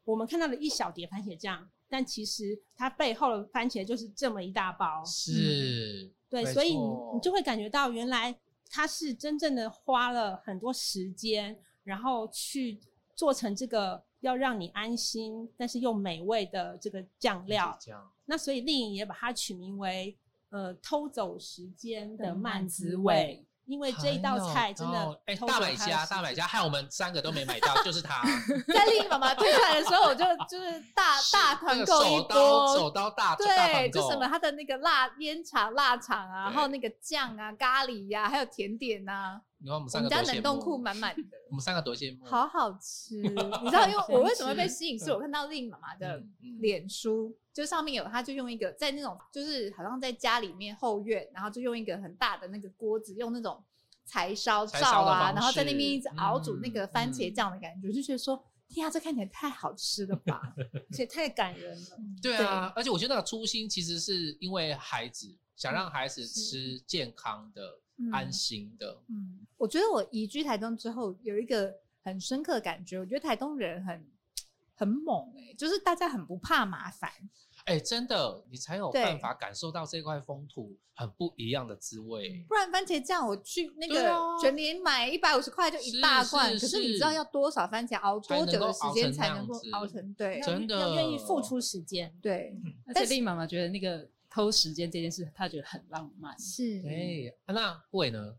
[SPEAKER 5] 我们看到了一小碟番茄酱，但其实它背后的番茄就是这么一大包，
[SPEAKER 2] 是
[SPEAKER 5] 对，
[SPEAKER 2] 没
[SPEAKER 5] 所以你
[SPEAKER 2] 错
[SPEAKER 5] 你就会感觉到原来他是真正的花了很多时间，然后去做成这个要让你安心但是又美味的这个酱料
[SPEAKER 2] 是。这样
[SPEAKER 5] 那所以丽颖也把它取名为呃偷走时间的慢滋
[SPEAKER 4] 滋
[SPEAKER 5] 味。因为这一道菜真
[SPEAKER 2] 哎呦
[SPEAKER 5] 的
[SPEAKER 2] 哦哎，
[SPEAKER 5] 偷
[SPEAKER 2] 大
[SPEAKER 5] 走
[SPEAKER 2] 买
[SPEAKER 5] 他的
[SPEAKER 2] 家，
[SPEAKER 5] 时
[SPEAKER 2] 大买
[SPEAKER 5] 间
[SPEAKER 2] 家，害我们三个都没买到，就是他
[SPEAKER 1] 在丽丽妈妈推出来的时候，我就就是大大团购
[SPEAKER 2] 手
[SPEAKER 1] 一
[SPEAKER 2] 刀手
[SPEAKER 1] 波，
[SPEAKER 2] 刀大大
[SPEAKER 1] 对，
[SPEAKER 2] 团
[SPEAKER 1] 就
[SPEAKER 2] 购
[SPEAKER 1] 什么它的那个辣烟肠、腊肠啊，
[SPEAKER 2] 对
[SPEAKER 1] 还有那个酱啊、咖喱呀、还有甜点呐、
[SPEAKER 2] 你看我们
[SPEAKER 1] 我
[SPEAKER 2] 三
[SPEAKER 1] 们
[SPEAKER 2] 个
[SPEAKER 1] 家
[SPEAKER 2] 多嗯羡
[SPEAKER 1] 冷冻库
[SPEAKER 2] 慕，
[SPEAKER 1] 满 满的，
[SPEAKER 2] 我们三个多羡慕，
[SPEAKER 1] 好好 吃。你知道，因为我为什么会被吸引，是我看到丽丽妈妈的
[SPEAKER 2] 嗯，嗯
[SPEAKER 1] 脸书，就上面有，他就用一个在那种就是好像在家里面后院，然后就用一个很大的那个锅子，用那种柴烧
[SPEAKER 2] 柴
[SPEAKER 1] 灶
[SPEAKER 2] 烧的
[SPEAKER 1] 啊，
[SPEAKER 2] 方
[SPEAKER 1] 然后在那
[SPEAKER 2] 式
[SPEAKER 1] 边一直熬煮
[SPEAKER 2] 嗯
[SPEAKER 1] 那个番茄
[SPEAKER 2] 嗯
[SPEAKER 1] 酱的感觉，我就觉得说，天啊，这看起来太好吃了 吧！
[SPEAKER 5] 而且太感人了。
[SPEAKER 2] 对啊，而且我觉得那个初心其实是因为孩子想让孩子吃健康的、
[SPEAKER 1] 嗯
[SPEAKER 2] 安心的，
[SPEAKER 1] 嗯，我觉得我移居台东之后，有一个很深刻的感觉，我觉得台东人很很猛哎、就是大家很不怕麻烦，
[SPEAKER 2] 哎，真的，你才有
[SPEAKER 1] 对
[SPEAKER 2] 办法感受到这块风土很不一样的滋味。
[SPEAKER 1] 不然番茄酱我去那
[SPEAKER 2] 对
[SPEAKER 1] 个
[SPEAKER 2] 啊
[SPEAKER 1] 全联买一百五十块就一
[SPEAKER 2] 是
[SPEAKER 1] 大罐，
[SPEAKER 2] 是
[SPEAKER 1] 可是你
[SPEAKER 2] 是
[SPEAKER 1] 知道要多少番茄熬
[SPEAKER 2] 才
[SPEAKER 1] 多
[SPEAKER 2] 能
[SPEAKER 1] 久
[SPEAKER 2] 够
[SPEAKER 1] 的时
[SPEAKER 2] 熬
[SPEAKER 1] 间
[SPEAKER 2] 成
[SPEAKER 1] 才
[SPEAKER 2] 那
[SPEAKER 1] 能
[SPEAKER 2] 样
[SPEAKER 1] 够
[SPEAKER 2] 子
[SPEAKER 1] 熬成？ 对
[SPEAKER 5] 要
[SPEAKER 2] 真的
[SPEAKER 5] 要愿意付出时间，
[SPEAKER 1] 对
[SPEAKER 2] 嗯
[SPEAKER 4] 而且
[SPEAKER 1] 但是
[SPEAKER 4] 丽妈妈觉得那个偷时间这件事，她觉得很浪漫。
[SPEAKER 1] 是，
[SPEAKER 2] 对，啊那慧呢？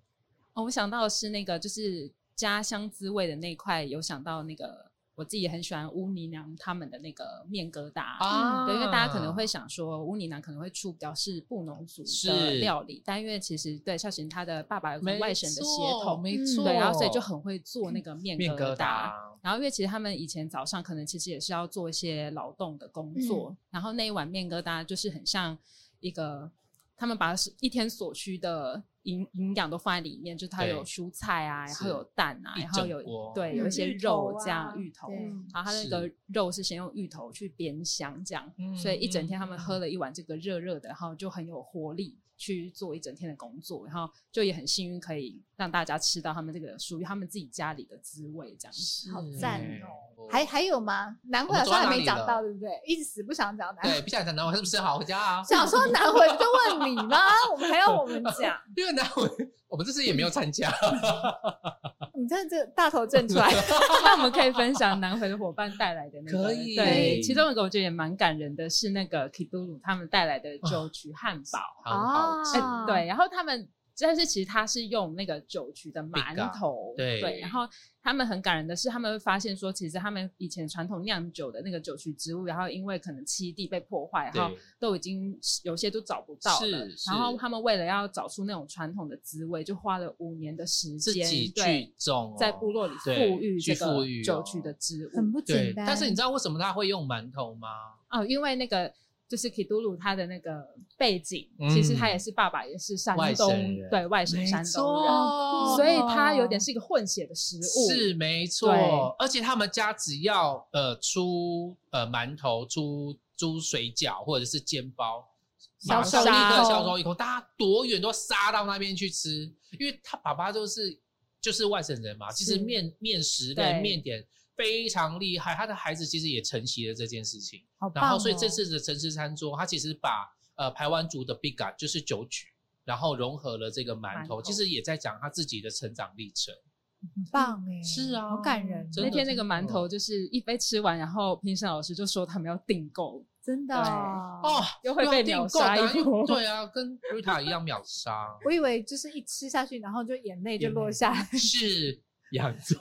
[SPEAKER 4] 哦，我想到的是那个就是家乡滋味的那一块，有想到那个我自己也很喜欢乌尼娘他们的那个面疙瘩。
[SPEAKER 2] 啊，
[SPEAKER 4] 对，因为大家可能会想说，乌尼娘可能会出比较是布农族的
[SPEAKER 2] 是
[SPEAKER 4] 料理，但因为其实对孝贤他的爸爸有
[SPEAKER 2] 没
[SPEAKER 4] 外省的血
[SPEAKER 2] 错
[SPEAKER 4] 统，
[SPEAKER 2] 没
[SPEAKER 1] 嗯
[SPEAKER 2] 错，
[SPEAKER 4] 对，然后所以就很会做那个面
[SPEAKER 2] 面疙
[SPEAKER 4] 疙瘩。
[SPEAKER 2] 瘩，
[SPEAKER 4] 然后因为其实他们以前早上可能其实也是要做一些劳动的工作，
[SPEAKER 5] 嗯
[SPEAKER 4] 然后那一碗面疙瘩就是很像一个他们把是一天所需的营营养都放在里面，就是它
[SPEAKER 2] 对
[SPEAKER 4] 有蔬菜啊，然后
[SPEAKER 2] 是
[SPEAKER 4] 有蛋啊，
[SPEAKER 2] 一
[SPEAKER 4] 然后
[SPEAKER 2] 整
[SPEAKER 4] 有
[SPEAKER 2] 锅
[SPEAKER 4] 对
[SPEAKER 5] 嗯
[SPEAKER 4] 有一些
[SPEAKER 5] 芋头
[SPEAKER 4] 肉这样
[SPEAKER 5] 啊
[SPEAKER 4] 芋头。
[SPEAKER 1] 对
[SPEAKER 5] 嗯
[SPEAKER 4] 然后它那
[SPEAKER 2] 是
[SPEAKER 4] 个肉是先用芋头去煸香，这样，
[SPEAKER 2] 嗯
[SPEAKER 4] 所以一整天他们
[SPEAKER 2] 嗯
[SPEAKER 4] 喝了一碗这个热热的，然后就很有活力去做一整天的工作，然后就也很幸运可以让大家吃到他们这个属于他们自己家里的滋味，这样子。
[SPEAKER 1] 好赞
[SPEAKER 2] 嗯
[SPEAKER 1] 哦！还还有吗？南回好像还没讲到，对不对？一直不想讲南
[SPEAKER 2] 对，
[SPEAKER 1] 回，
[SPEAKER 2] 不想讲南回是不是好回家啊？
[SPEAKER 1] 想说南回不就问你吗？我们还要我们 讲？
[SPEAKER 2] 因为南回我们这次也没有 参加，
[SPEAKER 1] 你真的这大头震 出来，
[SPEAKER 4] 那我们可以分享南回的伙伴带来的那个，
[SPEAKER 2] 可以
[SPEAKER 4] 对，其中一个我觉得也蛮感人的是那个 Kidulu 他们带来的酒曲汉堡，哎
[SPEAKER 2] 很好哎吃
[SPEAKER 1] 啊，哇
[SPEAKER 4] 对，然后他们。但是其实他是用那个酒曲的馒头，
[SPEAKER 2] 对
[SPEAKER 4] 然后他们很感人的是，他们会发现说，其实他们以前传统酿酒的那个酒曲植物，然后因为可能栖地被破坏，然后
[SPEAKER 2] 对，
[SPEAKER 4] 都已经有些都找不到了
[SPEAKER 2] 是。是
[SPEAKER 4] 然后他们为了要找出那种传统的滋味，就花了五年的时
[SPEAKER 2] 自
[SPEAKER 4] 间，
[SPEAKER 2] 己
[SPEAKER 4] 对
[SPEAKER 2] 聚众哦
[SPEAKER 4] 在部落里
[SPEAKER 2] 对
[SPEAKER 4] 富裕
[SPEAKER 2] 去
[SPEAKER 4] 这
[SPEAKER 2] 富
[SPEAKER 4] 个
[SPEAKER 2] 裕
[SPEAKER 4] 酒
[SPEAKER 2] 哦
[SPEAKER 4] 曲的植
[SPEAKER 1] 很
[SPEAKER 4] 物
[SPEAKER 1] 不
[SPEAKER 2] 对
[SPEAKER 1] 简，单。
[SPEAKER 2] 但是你知道为什么他会用馒头吗？
[SPEAKER 4] 哦，因为那个就是 Kidulu 他的那个背景，
[SPEAKER 2] 嗯
[SPEAKER 4] 其实他也是爸爸也是山
[SPEAKER 2] 外省
[SPEAKER 4] 东
[SPEAKER 2] 人
[SPEAKER 4] 对外省山东人，
[SPEAKER 2] 错
[SPEAKER 1] 哦
[SPEAKER 4] 所以他有点是一个混血的食物。
[SPEAKER 2] 是没错
[SPEAKER 4] 对，
[SPEAKER 2] 而且他们家只要呃出呃馒头、出猪水饺或者是煎包，马
[SPEAKER 4] 销售
[SPEAKER 2] 上立
[SPEAKER 4] 一
[SPEAKER 2] 刻
[SPEAKER 4] 空
[SPEAKER 2] 销售一空，大家多远都杀到那边去吃，因为他爸爸就是就是外省人嘛，其实
[SPEAKER 4] 是
[SPEAKER 2] 面面食类
[SPEAKER 4] 对
[SPEAKER 2] 面点非常厉害，他的孩子其实也承袭了这件事情。
[SPEAKER 1] 好
[SPEAKER 2] 然
[SPEAKER 1] 棒
[SPEAKER 2] 后，
[SPEAKER 1] 哦
[SPEAKER 2] 所以这次的城市餐桌，它其实把呃排湾族的 biga 就是酒曲，然后融合了这个馒
[SPEAKER 4] 馒
[SPEAKER 2] 头，
[SPEAKER 4] 头
[SPEAKER 2] 其实也在讲他自己的成长历程。
[SPEAKER 1] 很棒哎，
[SPEAKER 2] 是啊
[SPEAKER 1] 好感人哦，
[SPEAKER 2] 真
[SPEAKER 4] 那
[SPEAKER 2] 的
[SPEAKER 4] 天那
[SPEAKER 2] 真
[SPEAKER 4] 个
[SPEAKER 2] 的
[SPEAKER 4] 馒头就是一杯吃完，然后评审老师就说他们要订购，
[SPEAKER 1] 真的哦
[SPEAKER 2] 哦，
[SPEAKER 4] 又会被秒杀
[SPEAKER 2] 又要
[SPEAKER 4] 一
[SPEAKER 2] 订购
[SPEAKER 4] 波。
[SPEAKER 2] 的啊对啊，跟 Rita 一样秒杀，
[SPEAKER 1] 我以为就是一吃下去，然后就眼泪就
[SPEAKER 2] 眼
[SPEAKER 1] 落
[SPEAKER 2] 泪
[SPEAKER 1] 下来。
[SPEAKER 2] 是扬州，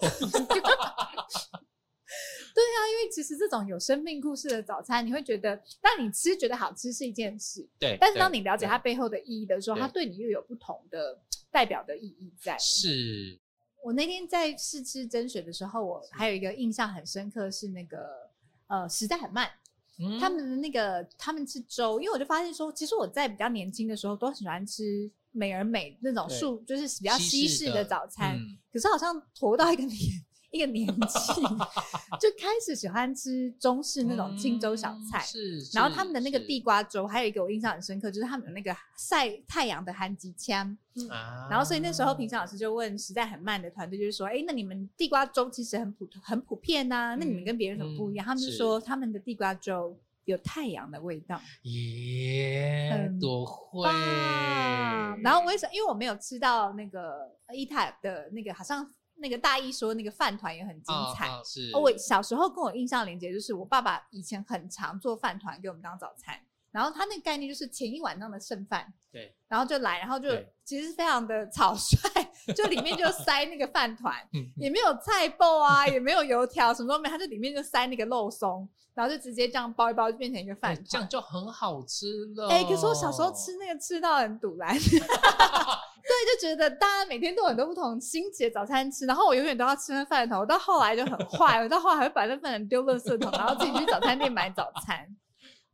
[SPEAKER 1] 对啊，因为其实这种有生命故事的早餐，你会觉得，当你吃觉得好吃是一件事，
[SPEAKER 2] 对。
[SPEAKER 1] 但是当
[SPEAKER 2] 对
[SPEAKER 1] 你了解它背后的意义的时候，
[SPEAKER 2] 对
[SPEAKER 1] 它对你又有不同的代表的意义在。
[SPEAKER 2] 是
[SPEAKER 1] 我那天在试吃甄选的时候，我还有一个印象很深刻是那个呃，时代很慢，
[SPEAKER 2] 嗯
[SPEAKER 1] 他们的那个他们吃粥，因为我就发现说，其实我在比较年轻的时候都很喜欢吃美而美那种
[SPEAKER 2] 对
[SPEAKER 1] 素，就是比较西式的早餐。
[SPEAKER 2] 嗯
[SPEAKER 1] 可是好像活到一个年一个年纪，就开始喜欢吃中式那种清粥小菜。
[SPEAKER 2] 嗯是。
[SPEAKER 1] 然后
[SPEAKER 2] 是
[SPEAKER 1] 他们的那个
[SPEAKER 2] 是
[SPEAKER 1] 地瓜粥，还有一个我印象很深刻，就是他们有那个晒太阳的韩吉枪。
[SPEAKER 2] 啊
[SPEAKER 1] 然后所以那时候评审老师就问实在很慢的团队，就是说，哎，那你们地瓜粥其实很普很普遍呐、那你们跟别人有什么不一样？
[SPEAKER 2] 嗯
[SPEAKER 1] 他们就是说他们的地瓜粥有太阳的味道。
[SPEAKER 2] 嗯耶
[SPEAKER 1] 很，
[SPEAKER 2] 多会
[SPEAKER 1] 哇！。然后我也想，因为我没有吃到那个一塔的那个，好像那个大一说那个饭团也很精
[SPEAKER 2] 啊
[SPEAKER 1] 彩。哦
[SPEAKER 2] 啊是
[SPEAKER 1] 哦，我小时候跟我印象连接就是我爸爸以前很常做饭团给我们当早餐，然后他那个概念就是前一晚上的剩饭，
[SPEAKER 2] 对，
[SPEAKER 1] 然后就来，然后就
[SPEAKER 2] 对
[SPEAKER 1] 其实非常的草率， 就里面就塞那个饭团，
[SPEAKER 2] 嗯
[SPEAKER 1] 也没有菜包啊，也没有油条，什么都没有，它就里面就塞那个肉松，然后就直接这样包一包，就变成一个饭
[SPEAKER 2] 哎
[SPEAKER 1] 团。
[SPEAKER 2] 这样哦就很好吃了。
[SPEAKER 1] 哎、可是我小时候吃那个吃到很堵然， 对，就觉得大家每天都有很多不同新奇的早餐吃，然后我永远都要吃那饭团，我到后来就很坏，我到后来还会把那饭团丢垃圾桶，然后自己去早餐店买早餐。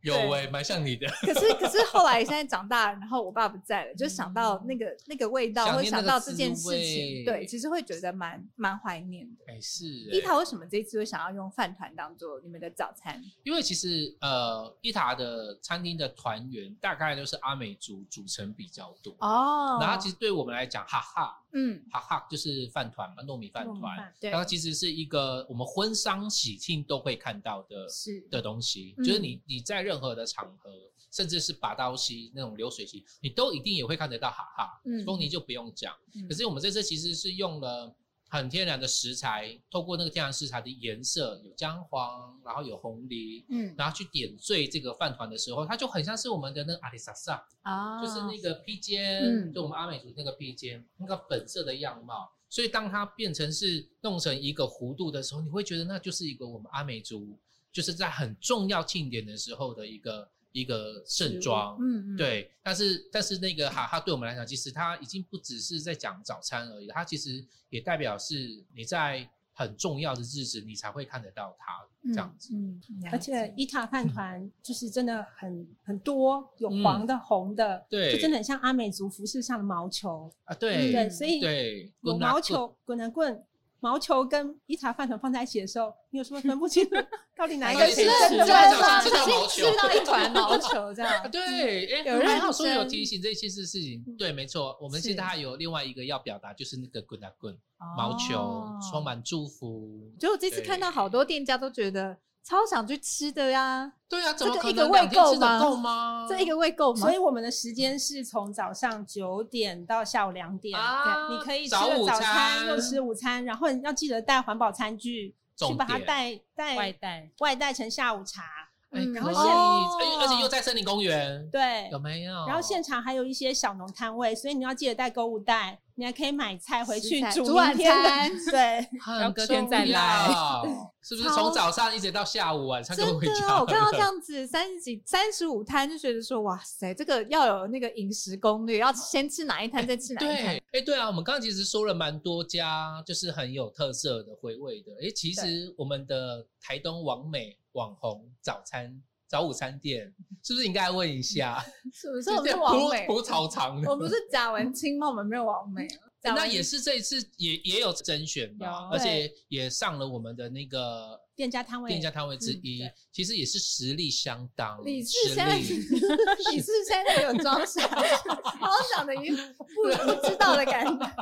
[SPEAKER 2] 有
[SPEAKER 1] 对
[SPEAKER 2] 哎、蛮 像你的，
[SPEAKER 1] 可是可是后来现在长大了，然后我爸不在了，就想到那个、那个味道，
[SPEAKER 2] 想
[SPEAKER 1] 会
[SPEAKER 2] 念那
[SPEAKER 1] 想
[SPEAKER 2] 个
[SPEAKER 1] 到
[SPEAKER 2] 滋
[SPEAKER 1] 这件事情，
[SPEAKER 2] 味
[SPEAKER 1] 对，其实会觉得蛮蛮怀念的。
[SPEAKER 2] 哎、是、
[SPEAKER 1] 伊
[SPEAKER 2] 欸。
[SPEAKER 1] 塔为什么这一次会想要用饭团当做你们的早餐？
[SPEAKER 2] 因为其实呃，伊塔的餐厅的团员大概就是阿美族组成比较多。
[SPEAKER 1] 哦
[SPEAKER 2] 然后其实对我们来讲，哈哈
[SPEAKER 1] 嗯，
[SPEAKER 2] 哈哈就是饭团嘛，糯米饭团，
[SPEAKER 1] 对
[SPEAKER 2] 然，后其实是一个我们婚丧喜庆都会看到的
[SPEAKER 1] 是
[SPEAKER 2] 的东西，
[SPEAKER 1] 嗯
[SPEAKER 2] 就是你你在任何的场合，甚至是拔刀席那种流水席，你都一定也会看得到哈哈。
[SPEAKER 1] 嗯
[SPEAKER 2] 凤梨就不用讲，
[SPEAKER 1] 嗯
[SPEAKER 2] 可是我们这次其实是用了很天然的食材，透过那个天然食材的颜色，有姜黄，然后有红梨。
[SPEAKER 1] 嗯
[SPEAKER 2] 然后去点缀这个饭团的时候，它就很像是我们的那个阿里萨萨，
[SPEAKER 1] 啊
[SPEAKER 2] 就是那个披肩，
[SPEAKER 1] 嗯
[SPEAKER 2] 就我们阿美族那个披肩，那个粉色的样貌。所以当它变成是弄成一个弧度的时候，你会觉得那就是一个我们阿美族就是在很重要庆典的时候的一个一个盛装。
[SPEAKER 1] 嗯嗯，
[SPEAKER 2] 对，但是但是那个哈哈对我们来讲，其实它已经不只是在讲早餐而已，它其实也代表是你在很重要的日子你才会看得到它这样子。
[SPEAKER 1] 嗯，嗯
[SPEAKER 5] 而且伊塔饭团就是真的很很多，有黄的、红的，
[SPEAKER 2] 对
[SPEAKER 5] 就真的很像阿美族服饰上的毛球。
[SPEAKER 2] 啊，
[SPEAKER 1] 嗯
[SPEAKER 2] 对
[SPEAKER 5] 对，所以
[SPEAKER 2] 对，
[SPEAKER 5] 有
[SPEAKER 2] 滚啊
[SPEAKER 5] 毛
[SPEAKER 2] 滚
[SPEAKER 5] 球、滚啊棍、毛球跟伊塔饭团放在一起的时候，你有时候分不清楚到底哪一
[SPEAKER 1] 哪
[SPEAKER 5] 个
[SPEAKER 1] 个
[SPEAKER 5] 是
[SPEAKER 1] 是
[SPEAKER 2] 哪个
[SPEAKER 5] 真
[SPEAKER 1] 真
[SPEAKER 2] 真
[SPEAKER 5] 的。
[SPEAKER 2] 的
[SPEAKER 1] 吗？
[SPEAKER 2] 吃到毛球
[SPEAKER 1] 吃 到一团毛球这
[SPEAKER 2] 啊，
[SPEAKER 1] 样，
[SPEAKER 2] 对，哎、
[SPEAKER 1] 有
[SPEAKER 2] 还
[SPEAKER 1] 认
[SPEAKER 2] 好说有
[SPEAKER 1] 真
[SPEAKER 2] 提醒这些事事情，对，没错。我们
[SPEAKER 1] 是
[SPEAKER 2] 现在还有另外一个要表达，就是那个滚啊滚，毛球、
[SPEAKER 1] 哦
[SPEAKER 2] 充满祝福。
[SPEAKER 1] 就我这次看到好多店家都觉得超想去吃的呀，
[SPEAKER 2] 对啊，怎么
[SPEAKER 1] 这个
[SPEAKER 2] 可
[SPEAKER 1] 一个
[SPEAKER 2] 能
[SPEAKER 1] 胃
[SPEAKER 2] 两天
[SPEAKER 1] 够
[SPEAKER 2] 吃得
[SPEAKER 1] 吗
[SPEAKER 2] 够吗？
[SPEAKER 1] 这一个喂够吗？
[SPEAKER 5] 所以我们的时间是从早上九点到下午两点，
[SPEAKER 2] 啊
[SPEAKER 5] 对，你可以吃
[SPEAKER 2] 早
[SPEAKER 5] 了
[SPEAKER 2] 午
[SPEAKER 5] 早餐
[SPEAKER 2] 餐哎
[SPEAKER 5] 又吃午餐，然后你要记得带环保餐具去
[SPEAKER 2] 重
[SPEAKER 5] 把它
[SPEAKER 2] 点
[SPEAKER 5] 带
[SPEAKER 4] 外
[SPEAKER 5] 带
[SPEAKER 4] 带。
[SPEAKER 5] 外带成下午茶，
[SPEAKER 2] 哎、
[SPEAKER 1] 嗯
[SPEAKER 2] 可
[SPEAKER 1] 然后
[SPEAKER 2] 以，哎
[SPEAKER 1] 现
[SPEAKER 2] 而而且又在森林公园，
[SPEAKER 5] 对
[SPEAKER 2] 有，没有？
[SPEAKER 5] 然后现场还有一些小农摊位，所以你要记得带购物袋，你还可以买菜回去
[SPEAKER 1] 食材
[SPEAKER 5] 煮
[SPEAKER 1] 煮
[SPEAKER 5] 明
[SPEAKER 1] 晚
[SPEAKER 5] 天的
[SPEAKER 1] 餐
[SPEAKER 5] 对，
[SPEAKER 4] 然
[SPEAKER 2] 很
[SPEAKER 4] 后隔
[SPEAKER 2] 重
[SPEAKER 4] 天再来
[SPEAKER 2] 要，是不是
[SPEAKER 1] 超
[SPEAKER 2] 从早上一直到下午晚上就
[SPEAKER 1] 真
[SPEAKER 2] 回
[SPEAKER 1] 的
[SPEAKER 2] 家
[SPEAKER 1] 啊，
[SPEAKER 2] 了？
[SPEAKER 1] 我看到这样子三十几、三十五摊，就觉得说，哇塞，这个要有那个饮食攻略，要先吃哪一摊，再吃哪一
[SPEAKER 2] 对，
[SPEAKER 1] 摊
[SPEAKER 2] 哎。、对啊，我们刚刚其实说了蛮多家，就是很有特色的回味的。哎、其实我们的台东王美网红早餐早午餐店，是不是应该问一下？
[SPEAKER 1] 是不是
[SPEAKER 2] 就
[SPEAKER 1] 我
[SPEAKER 2] 是
[SPEAKER 1] 们
[SPEAKER 2] 这
[SPEAKER 1] 是
[SPEAKER 2] 样
[SPEAKER 1] 王
[SPEAKER 2] 蒲
[SPEAKER 1] 美？
[SPEAKER 2] 蒲草场 的
[SPEAKER 1] 我，们是贾文清吗？我们没有王美 啊。
[SPEAKER 2] 哎
[SPEAKER 1] 贾
[SPEAKER 2] 那
[SPEAKER 1] 文
[SPEAKER 2] 也是这一次也也有甄选嘛，
[SPEAKER 4] 有
[SPEAKER 2] 而且也上了我们的那个
[SPEAKER 5] 店家摊位
[SPEAKER 2] 店家摊位之
[SPEAKER 5] 嗯
[SPEAKER 2] 一
[SPEAKER 5] 对，
[SPEAKER 2] 其实也是实力相当，
[SPEAKER 1] 李
[SPEAKER 2] 实
[SPEAKER 1] 志现在，
[SPEAKER 2] 力
[SPEAKER 1] 李志现在有装傻，好像讲的一副不不知道的感觉。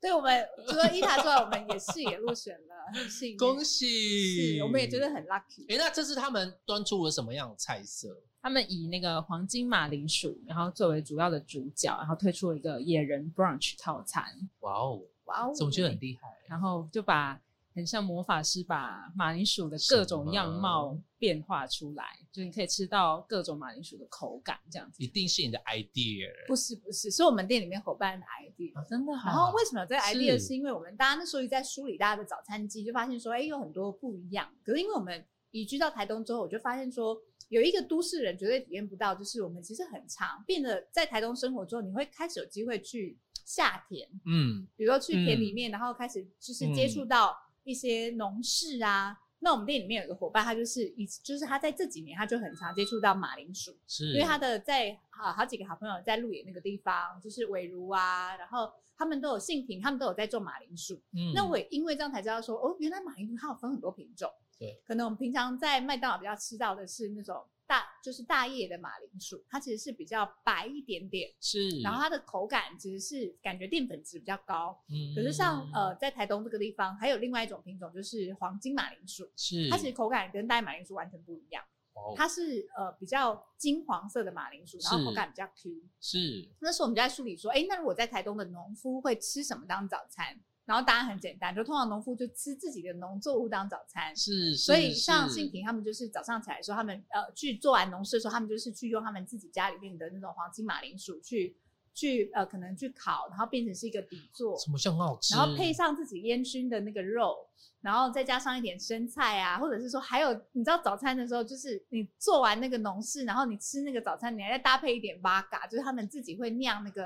[SPEAKER 1] 对我们除了伊塔之外，我们也是也入选了，很幸运。
[SPEAKER 2] 恭喜！
[SPEAKER 1] 是我们也觉得很 lucky。
[SPEAKER 2] 哎、那这次他们端出了什么样的菜色？
[SPEAKER 4] 他们以那个黄金马铃薯，然后作为主要的主角，然后推出了一个野人 brunch 套餐，
[SPEAKER 2] 哇哦，
[SPEAKER 1] 哇哦！
[SPEAKER 2] 总觉得很厉害。
[SPEAKER 4] 然后就把很像魔法师把马铃薯的各种样貌变化出来，就你可以吃到各种马铃薯的口感这样子。
[SPEAKER 2] 一定是你的 idea，
[SPEAKER 1] 不是不是，是我们店里面伙伴的 idea。
[SPEAKER 2] 啊真的
[SPEAKER 1] 然
[SPEAKER 4] 嗯
[SPEAKER 1] 后为什么有这个
[SPEAKER 2] 是
[SPEAKER 1] idea？是因为我们大家那时候一直在梳理大家的早餐机，就发现说，哎，有很多不一样。可是因为我们移居到台东之后，我就发现说，有一个都市人绝对体验不到，就是我们其实很长，变得在台东生活之后，你会开始有机会去下田，
[SPEAKER 2] 嗯，
[SPEAKER 1] 比如说去田里面，然后开始就是接触到一些农事啊。那我们店里面有一个伙伴，他就是以就是他在这几年他就很常接触到马铃薯，
[SPEAKER 2] 是，
[SPEAKER 1] 因为他的在好好几个好朋友在鹿野那个地方，就是伟如啊，然后他们都有性品，他们都有在种马铃薯。
[SPEAKER 2] 嗯
[SPEAKER 1] 那我也因为这样才知道说，哦，原来马铃薯它有分很多品种。
[SPEAKER 2] 对，
[SPEAKER 1] 可能我们平常在麦当劳比较吃到的是那种大，就是大叶的马铃薯，它其实是比较白一点点，
[SPEAKER 2] 是，
[SPEAKER 1] 然后它的口感其实是感觉淀粉质比较高。
[SPEAKER 2] 嗯
[SPEAKER 1] 可是像呃，在台东这个地方，还有另外一种品种就是黄金马铃薯，
[SPEAKER 2] 是，
[SPEAKER 1] 它其实口感跟大叶马铃薯完全不一样。
[SPEAKER 2] 哦
[SPEAKER 1] 它是呃比较金黄色的马铃薯，然后口感比较 Q。
[SPEAKER 2] 是
[SPEAKER 1] 那时候我们就在梳理说，哎，那如果在台东的农夫会吃什么当早餐？然后答案很简单，就通常农夫就吃自己的农作物当早餐。
[SPEAKER 2] 是，
[SPEAKER 1] 所以
[SPEAKER 2] 是
[SPEAKER 1] 像
[SPEAKER 2] 是
[SPEAKER 1] 信平他们就是早上起来的时候，他们呃去做完农事的时候，他们就是去用他们自己家里面的那种黄金马铃薯去去呃可能去烤，然后变成是一个底座，
[SPEAKER 2] 什么叫很好吃，
[SPEAKER 1] 然后配上自己烟熏的那个肉，然后再加上一点生菜啊，或者是说还有你知道早餐的时候，就是你做完那个农事，然后你吃那个早餐，你还再搭配一点八嘎，就是他们自己会酿那个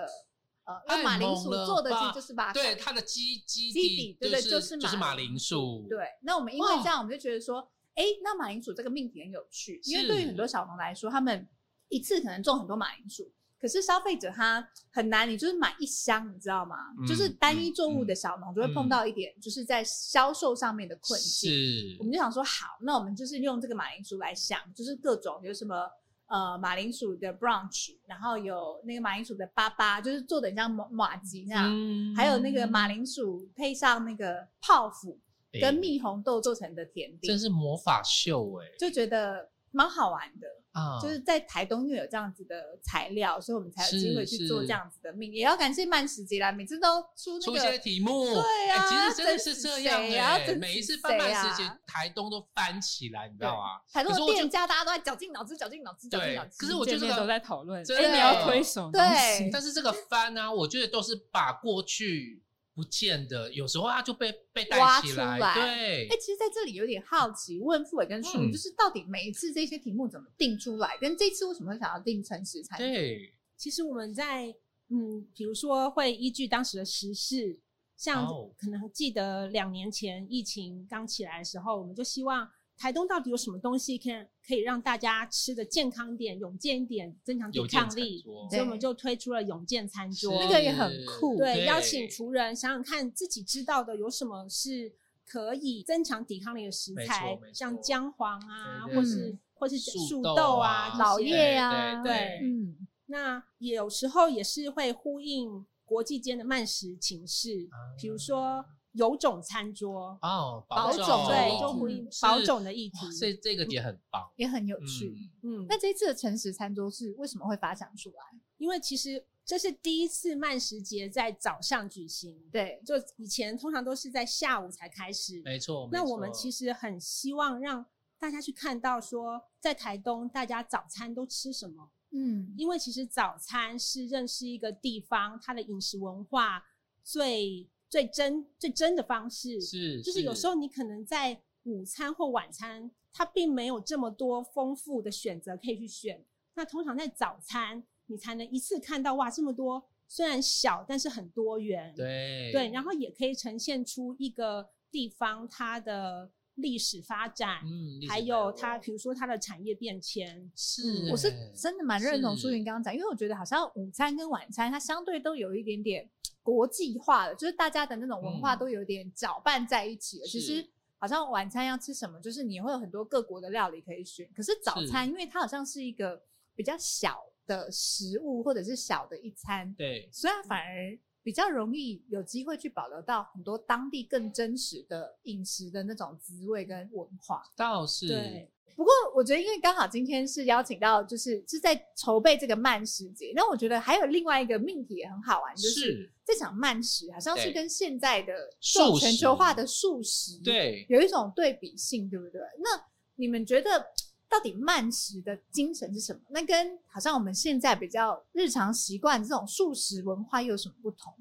[SPEAKER 1] 呃，因为
[SPEAKER 2] 太
[SPEAKER 1] 马铃
[SPEAKER 2] 猛
[SPEAKER 1] 薯
[SPEAKER 2] 了
[SPEAKER 1] 做的其
[SPEAKER 2] 吧
[SPEAKER 1] 实就是八嘎，
[SPEAKER 2] 对它的基基
[SPEAKER 1] 基
[SPEAKER 2] 地
[SPEAKER 1] 底对对
[SPEAKER 2] 是
[SPEAKER 1] 就
[SPEAKER 2] 就是
[SPEAKER 1] 马
[SPEAKER 2] 马
[SPEAKER 1] 铃
[SPEAKER 2] 铃薯，
[SPEAKER 1] 对，那我们因为
[SPEAKER 2] 哇
[SPEAKER 1] 这样，我们就觉得说，哎，那马铃薯这个命题很有趣，因为
[SPEAKER 2] 是
[SPEAKER 1] 对于很多小农来说，他们一次可能种很多马铃薯，可是消费者他很难，你就是买一箱，你知道吗？
[SPEAKER 2] 嗯
[SPEAKER 1] 就是单一作物
[SPEAKER 2] 嗯
[SPEAKER 1] 的小农就会碰到一点，就是在销售上面的困境。
[SPEAKER 2] 是
[SPEAKER 1] 我们就想说，好，那我们就是用这个马铃薯来想，就是各种有什么呃马铃薯的 brunch，然后有那个马铃薯的粑粑，就是做的很像马马吉那样，
[SPEAKER 2] 嗯
[SPEAKER 1] 还有那个马铃薯配上那个泡芙，
[SPEAKER 2] 诶
[SPEAKER 1] 跟蜜红豆做成的甜
[SPEAKER 2] 哎真
[SPEAKER 1] 点，
[SPEAKER 2] 是魔法秀哎、
[SPEAKER 1] 就觉得蛮好玩的。
[SPEAKER 2] 啊，
[SPEAKER 1] 就是在台东，因为有这样子的材料，所以我们才有机会
[SPEAKER 2] 是
[SPEAKER 1] 去做
[SPEAKER 2] 是
[SPEAKER 1] 这样子的命。也要感谢慢时节啦，每次都出那
[SPEAKER 2] 出一些
[SPEAKER 1] 个。
[SPEAKER 2] 题目，
[SPEAKER 1] 对啊
[SPEAKER 2] 哎其实真的
[SPEAKER 1] 整
[SPEAKER 2] 是
[SPEAKER 1] 死
[SPEAKER 2] 这样
[SPEAKER 1] 谁啊
[SPEAKER 2] 哎、
[SPEAKER 1] 整
[SPEAKER 2] 每
[SPEAKER 1] 死
[SPEAKER 2] 一次翻
[SPEAKER 1] 谁
[SPEAKER 2] 办
[SPEAKER 1] 啊
[SPEAKER 2] 时节，台东都翻起来，你知道吗？
[SPEAKER 1] 台东
[SPEAKER 2] 可是
[SPEAKER 1] 的
[SPEAKER 2] 我就
[SPEAKER 1] 店家，大家都在绞尽脑汁、绞尽脑汁、绞尽
[SPEAKER 2] 对
[SPEAKER 1] 脑汁。
[SPEAKER 2] 可是我觉得这个
[SPEAKER 4] 都在讨论，
[SPEAKER 2] 真
[SPEAKER 4] 哎，你要
[SPEAKER 1] 的
[SPEAKER 4] 推什么东
[SPEAKER 1] 对
[SPEAKER 4] 西？
[SPEAKER 2] 但是这个翻呢、我觉得都是把过去不见的，有时候它就被被带
[SPEAKER 1] 挖
[SPEAKER 2] 起
[SPEAKER 1] 出来
[SPEAKER 2] 对
[SPEAKER 1] 哎、，其实在这里有点好奇，问傅伟跟树
[SPEAKER 2] 嗯
[SPEAKER 1] 女，就是到底每一次这些题目怎么定出来，跟这次为什么会想要定成食材？
[SPEAKER 2] 对，
[SPEAKER 5] 其实我们在嗯，比如说会依据当时的时事，像
[SPEAKER 2] 哦
[SPEAKER 5] 可能记得两年前疫情刚起来的时候，我们就希望台东到底有什么东西可以可以让大家吃的健康一点、勇健一点，增强抵
[SPEAKER 2] 有健
[SPEAKER 5] 抗
[SPEAKER 2] 餐
[SPEAKER 5] 力，
[SPEAKER 2] 桌
[SPEAKER 5] 所以我们就推出了勇健餐桌。
[SPEAKER 1] 那个也很酷
[SPEAKER 5] 对，邀请厨人想想看自己知道的有什么是可以增强抵抗力的食
[SPEAKER 2] 没
[SPEAKER 5] 材
[SPEAKER 2] 错没，
[SPEAKER 5] 像
[SPEAKER 2] 错
[SPEAKER 5] 姜黄啊，
[SPEAKER 2] 对
[SPEAKER 5] 或
[SPEAKER 1] 对
[SPEAKER 5] 是或是
[SPEAKER 2] 树
[SPEAKER 5] 树
[SPEAKER 2] 豆
[SPEAKER 5] 豆
[SPEAKER 2] 啊
[SPEAKER 5] 啊、
[SPEAKER 1] 老
[SPEAKER 5] 这些
[SPEAKER 1] 叶啊，
[SPEAKER 2] 对
[SPEAKER 5] 对
[SPEAKER 1] 嗯，
[SPEAKER 5] 那有时候也是会呼应国际间的慢食情势，比如说
[SPEAKER 2] 啊
[SPEAKER 5] 有种餐桌，
[SPEAKER 2] 哦，
[SPEAKER 1] 保
[SPEAKER 2] 种
[SPEAKER 1] 种
[SPEAKER 5] 对，
[SPEAKER 1] 哦
[SPEAKER 5] 就呼应
[SPEAKER 2] 是
[SPEAKER 5] 保种的议题
[SPEAKER 2] 哇。这这个也很棒，
[SPEAKER 1] 也很有
[SPEAKER 2] 嗯
[SPEAKER 1] 趣。
[SPEAKER 5] 嗯，
[SPEAKER 1] 那这一次的诚实餐桌是为什么会发展出来？
[SPEAKER 5] 因为其实这是第一次慢食节在早上举行，
[SPEAKER 1] 对，
[SPEAKER 5] 就以前通常都是在下午才开始。
[SPEAKER 2] 没错。
[SPEAKER 5] 那
[SPEAKER 2] 没
[SPEAKER 5] 我们
[SPEAKER 2] 错
[SPEAKER 5] 其实很希望让大家去看到说，在台东大家早餐都吃什么。
[SPEAKER 1] 嗯，
[SPEAKER 5] 因为其实早餐是认识一个地方它的饮食文化最最真最真的方式，
[SPEAKER 2] 是
[SPEAKER 5] 就是有时候你可能在午餐或晚餐，它并没有这么多丰富的选择可以去选。那通常在早餐，你才能一次看到哇这么多，虽然小，但是很多元。
[SPEAKER 2] 对
[SPEAKER 5] 对，然后也可以呈现出一个地方它的历史发展，
[SPEAKER 2] 嗯，历
[SPEAKER 5] 还
[SPEAKER 2] 史
[SPEAKER 5] 有
[SPEAKER 2] 脉
[SPEAKER 5] 它
[SPEAKER 2] 络
[SPEAKER 5] 比如说它的产业变迁。
[SPEAKER 2] 是
[SPEAKER 1] 我是
[SPEAKER 2] 欸
[SPEAKER 1] 真的蛮认同
[SPEAKER 2] 是
[SPEAKER 1] 舒云刚刚讲，因为我觉得好像午餐跟晚餐它相对都有一点点国际化了，就是大家的那种文化
[SPEAKER 2] 嗯
[SPEAKER 1] 都有点搅拌在一起了。其
[SPEAKER 2] 是
[SPEAKER 1] 实好像晚餐要吃什么，就是你会有很多各国的料理可以选，可是早
[SPEAKER 2] 是
[SPEAKER 1] 餐因为它好像是一个比较小的食物或者是小的一餐，
[SPEAKER 2] 对
[SPEAKER 1] 所以它反而。比较容易有机会去保留到很多当地更真实的饮食的那种滋味跟文化。
[SPEAKER 2] 倒是
[SPEAKER 5] 对
[SPEAKER 1] 不过我觉得，因为刚好今天是邀请到，就是是在筹备这个慢食节，那我觉得还有另外一个命题也很好玩，就是
[SPEAKER 2] 是
[SPEAKER 1] 这场慢食好像是
[SPEAKER 2] 对
[SPEAKER 1] 跟现在的这
[SPEAKER 2] 素
[SPEAKER 1] 种
[SPEAKER 2] 食
[SPEAKER 1] 全球化的素食
[SPEAKER 2] 对
[SPEAKER 1] 有一种对比性，对不对？那你们觉得到底慢食的精神是什么？那跟好像我们现在比较日常习惯这种素食文化又有什么不同？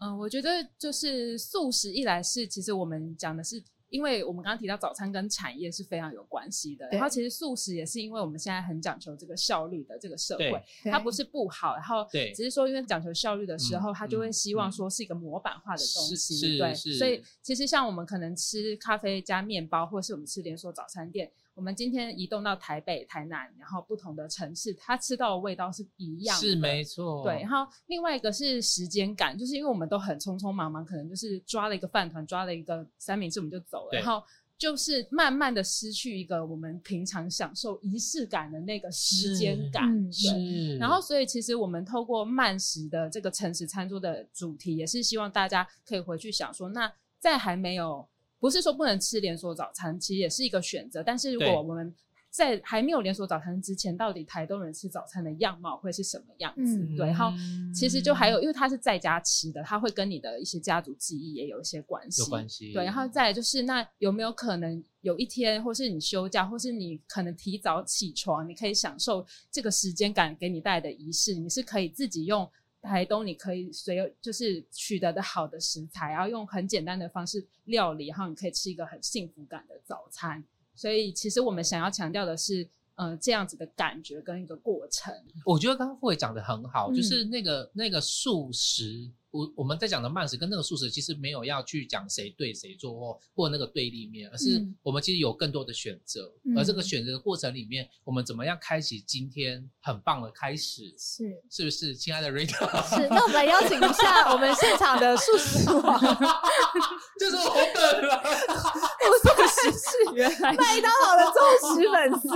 [SPEAKER 4] 嗯，我觉得就是素食，一来是其实我们讲的是，因为我们刚刚提到早餐跟产业是非常有关系的，
[SPEAKER 1] 对
[SPEAKER 4] 然后其实素食也是因为我们现在很讲求这个效率的这个社会，它不
[SPEAKER 1] 是
[SPEAKER 4] 是不好，然后
[SPEAKER 2] 对
[SPEAKER 4] 只是说因为讲求效率的时候，
[SPEAKER 2] 嗯
[SPEAKER 4] 它就会希望
[SPEAKER 2] 嗯
[SPEAKER 4] 说是一个模板化的东
[SPEAKER 2] 是
[SPEAKER 4] 西，
[SPEAKER 2] 是
[SPEAKER 4] 对，
[SPEAKER 2] 是
[SPEAKER 4] 所以其实像我们可能吃咖啡加面包，或是我们吃连锁早餐店。我们今天移动到台北、台南，然后不同的城市，它吃到的味道是一样的，
[SPEAKER 2] 是没错，
[SPEAKER 4] 对，然后另外一个是时间感，就是因为我们都很匆匆忙忙，可能就是抓了一个饭团，抓了一个三明治，我们就走了，
[SPEAKER 2] 对
[SPEAKER 4] 然后就是慢慢的失去一个我们平常享受仪式感的那个时间感。
[SPEAKER 1] 嗯
[SPEAKER 4] 对
[SPEAKER 2] 是，
[SPEAKER 4] 然后，所以其实我们透过慢食的这个诚实餐桌的主题，也是希望大家可以回去想说，那在还没有不是说不能吃连锁早餐，其实也是一个选择。但是如
[SPEAKER 2] 对
[SPEAKER 4] 果我们在还没有连锁早餐之前，到底台东人吃早餐的样貌会是什么样子？
[SPEAKER 1] 嗯
[SPEAKER 4] 对，然后其实就还
[SPEAKER 2] 嗯
[SPEAKER 4] 有，因为他是在家吃的，他会跟你的一些家族记忆也有一些关系。
[SPEAKER 2] 有关系，
[SPEAKER 4] 对，然后再来就是，那有没有可能有一天，或是你休假，或是你可能提早起床，你可以享受这个时间感给你带来的仪式，你是可以自己用台东，你可以随就是取得的好的食材，然后用很简单的方式料理，然后你可以吃一个很幸福感的早餐。所以，其实我们想要强调的是，呃，这样子的感觉跟一个过程。
[SPEAKER 2] 我觉得刚刚傅伟讲的很好，
[SPEAKER 4] 嗯
[SPEAKER 2] 就是那个那个素食，我我们在讲的慢食跟那个素食其实没有要去讲谁对谁错或或那个对立面，而是
[SPEAKER 4] 嗯
[SPEAKER 2] 我们其实有更多的选择，
[SPEAKER 1] 嗯
[SPEAKER 2] 而这个选择的过程里面，我们怎么样开启今天很棒的开始，
[SPEAKER 1] 是
[SPEAKER 2] 是不是，亲爱的 Rita？
[SPEAKER 1] 是，那我们来邀请一下我们现场的素食王
[SPEAKER 2] 就是我 本人，
[SPEAKER 4] 素食是原来
[SPEAKER 1] 麦当劳的忠实粉丝，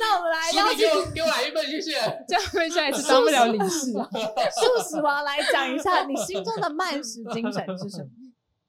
[SPEAKER 1] 那我们来邀
[SPEAKER 2] 请你
[SPEAKER 1] 请
[SPEAKER 2] 给我给我来一份，谢谢。
[SPEAKER 4] 这样会下一次当不了理事。
[SPEAKER 1] 素食王来讲一下你心中的慢食精神是什么？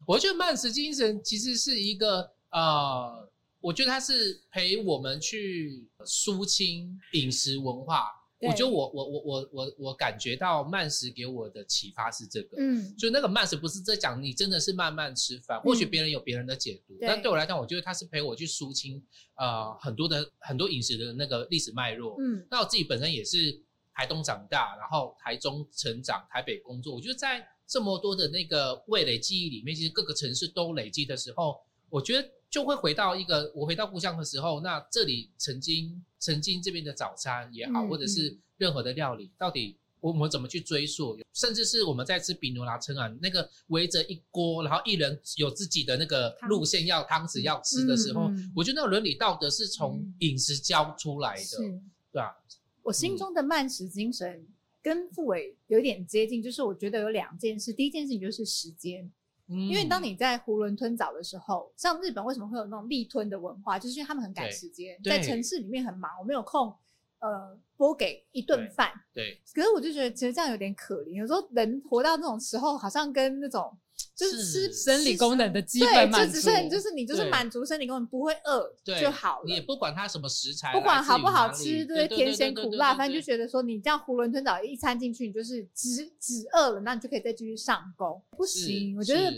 [SPEAKER 2] 我觉得慢食精神其实是一个呃，我觉得它是陪我们去疏清饮食文化。
[SPEAKER 5] 对
[SPEAKER 2] 我觉得我我我我我我感觉到慢食给我的启发是这个，
[SPEAKER 1] 嗯
[SPEAKER 2] 就那个慢食不是在讲你真的是慢慢吃饭，或许别人有别人的解读，
[SPEAKER 1] 对
[SPEAKER 2] 但对我来讲，我觉得它是陪我去疏清呃很多的很多饮食的那个历史脉络。
[SPEAKER 1] 嗯
[SPEAKER 2] 那我自己本身也是台东长大，然后台中成长，台北工作。我觉得在这么多的那个味蕾记忆里面，其实各个城市都累积的时候，我觉得就会回到一个我回到故乡的时候，那这里曾经曾经这边的早餐也好，
[SPEAKER 1] 嗯
[SPEAKER 2] 或者是任何的料理，到底。我们怎么去追溯？甚至是我们在吃比诺拉称啊，那个围着一锅，然后一人有自己的那个
[SPEAKER 5] 汤
[SPEAKER 2] 路线要汤匙要吃的时候，
[SPEAKER 1] 嗯嗯
[SPEAKER 2] 我觉得那种伦理道德是从
[SPEAKER 1] 嗯
[SPEAKER 2] 饮食教出来的。
[SPEAKER 1] 是
[SPEAKER 2] 对啊，
[SPEAKER 1] 我心中的慢食精神跟傅伟有点接近，就是我觉得有两件事，第一件事情就是时间，因
[SPEAKER 2] 因
[SPEAKER 1] 为当你在囫囵吞枣的时候，像日本为什么会有那种力吞的文化，就是因为他们很赶
[SPEAKER 2] 对
[SPEAKER 1] 时间，
[SPEAKER 2] 对
[SPEAKER 1] 在城市里面很忙，我没有空呃拨给一顿
[SPEAKER 2] 对
[SPEAKER 1] 饭。
[SPEAKER 2] 对
[SPEAKER 1] 可是我就觉得其实这样有点可怜，有时候人活到那种时候，好像跟那种就是
[SPEAKER 2] 是
[SPEAKER 1] 吃
[SPEAKER 4] 生理功能的基本
[SPEAKER 1] 对，
[SPEAKER 4] 满
[SPEAKER 1] 就只
[SPEAKER 4] 足，
[SPEAKER 1] 剩就是你就是
[SPEAKER 2] 对
[SPEAKER 1] 满足生理功能，不会饿
[SPEAKER 2] 对
[SPEAKER 1] 就好了
[SPEAKER 2] 你。也不管它什么食材，
[SPEAKER 1] 不管好不好
[SPEAKER 2] 来自
[SPEAKER 1] 吃，
[SPEAKER 2] 于哪里
[SPEAKER 1] 对
[SPEAKER 2] 对
[SPEAKER 1] 不对？甜咸苦辣，反正就
[SPEAKER 2] 得
[SPEAKER 1] 觉得说你这样囫囵吞枣一餐进去，你就是只只饿了，那你就可以再继续上工。不行，我觉得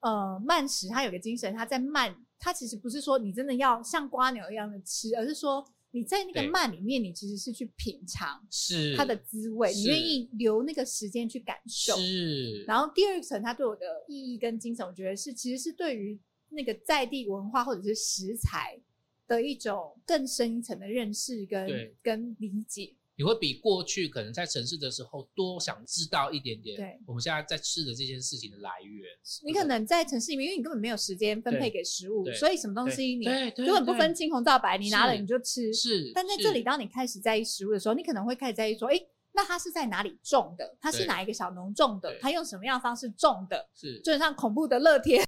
[SPEAKER 1] 呃，慢食它有个精神，它在慢，它其实不是说你真的要像瓜牛一样的吃，而是说你在那个
[SPEAKER 2] 对
[SPEAKER 1] 慢里面，你其实是去品尝
[SPEAKER 2] 是
[SPEAKER 1] 它的滋味，你
[SPEAKER 2] 是
[SPEAKER 1] 愿意留那个时间去感受。
[SPEAKER 2] 是，
[SPEAKER 1] 然后第二层，它对我的意义跟精神，我觉得是其实是对于那个在地文化或者是食材的一种更深一层的认识跟
[SPEAKER 2] 对
[SPEAKER 1] 跟理解。
[SPEAKER 2] 你会比过去可能在城市的时候多想知道一点点，
[SPEAKER 1] 对
[SPEAKER 2] 我们现在在吃的这件事情的来源，
[SPEAKER 1] 你可能在城市里面，因为你根本没有时间分配
[SPEAKER 2] 对
[SPEAKER 1] 给食物，
[SPEAKER 2] 对
[SPEAKER 1] 所以什么东西你
[SPEAKER 2] 对对，
[SPEAKER 1] 根本不
[SPEAKER 2] 对
[SPEAKER 1] 分青红皂白，你拿了
[SPEAKER 2] 是
[SPEAKER 1] 你就吃。
[SPEAKER 2] 是，
[SPEAKER 1] 但在
[SPEAKER 2] 是
[SPEAKER 1] 这里，当你开始在意食物的时候，你可能会开始在意说，哎、那它是在哪里种的？它是
[SPEAKER 2] 对
[SPEAKER 1] 哪一个小农种的？
[SPEAKER 2] 对
[SPEAKER 1] 它用什么样的方式种的？
[SPEAKER 2] 是
[SPEAKER 1] 就很像恐怖的乐 天，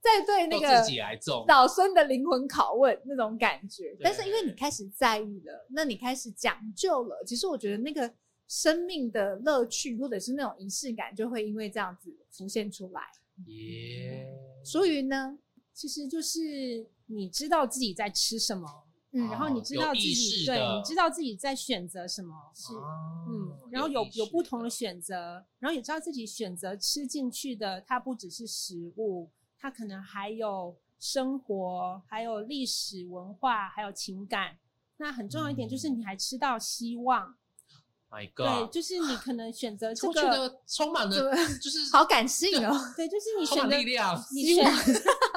[SPEAKER 1] 在对那
[SPEAKER 2] 都
[SPEAKER 1] 个
[SPEAKER 2] 自己来种，
[SPEAKER 1] 老孙的灵魂拷问那种感觉。但是因为你
[SPEAKER 2] 哦对
[SPEAKER 1] 开始在意了，那你开始讲究了，其实我觉得那个生命的乐趣或者是那种仪式感，就会因为这样子浮现出来。
[SPEAKER 2] 耶，
[SPEAKER 1] 所以呢，
[SPEAKER 5] 其实就是你知道自己在吃什么，
[SPEAKER 1] 嗯，
[SPEAKER 2] 哦
[SPEAKER 5] 然后你知道
[SPEAKER 2] 有
[SPEAKER 5] 自
[SPEAKER 2] 意
[SPEAKER 5] 己
[SPEAKER 2] 识
[SPEAKER 5] 对，
[SPEAKER 2] 的
[SPEAKER 5] 你知道自己在选择什么，
[SPEAKER 2] 哦
[SPEAKER 5] 嗯，然后有
[SPEAKER 2] 意
[SPEAKER 5] 有
[SPEAKER 2] 识
[SPEAKER 5] 不同的选择，然后也知道自己选择吃进去的，它不只是食物，它可能还有生活，还有历史文化，还有情感。那很重要一点就是，你还吃到希望，
[SPEAKER 2] ，My
[SPEAKER 5] 对，
[SPEAKER 2] 嗯 God，
[SPEAKER 5] 就是你可能选 择这
[SPEAKER 2] 过去
[SPEAKER 5] 个，
[SPEAKER 2] 的充满
[SPEAKER 1] 这
[SPEAKER 2] 了
[SPEAKER 1] 个
[SPEAKER 2] 就是
[SPEAKER 1] 好感性哦，
[SPEAKER 5] 对，就是你
[SPEAKER 2] 充
[SPEAKER 5] 选
[SPEAKER 2] 满
[SPEAKER 5] 择，
[SPEAKER 2] 力量，
[SPEAKER 5] 你选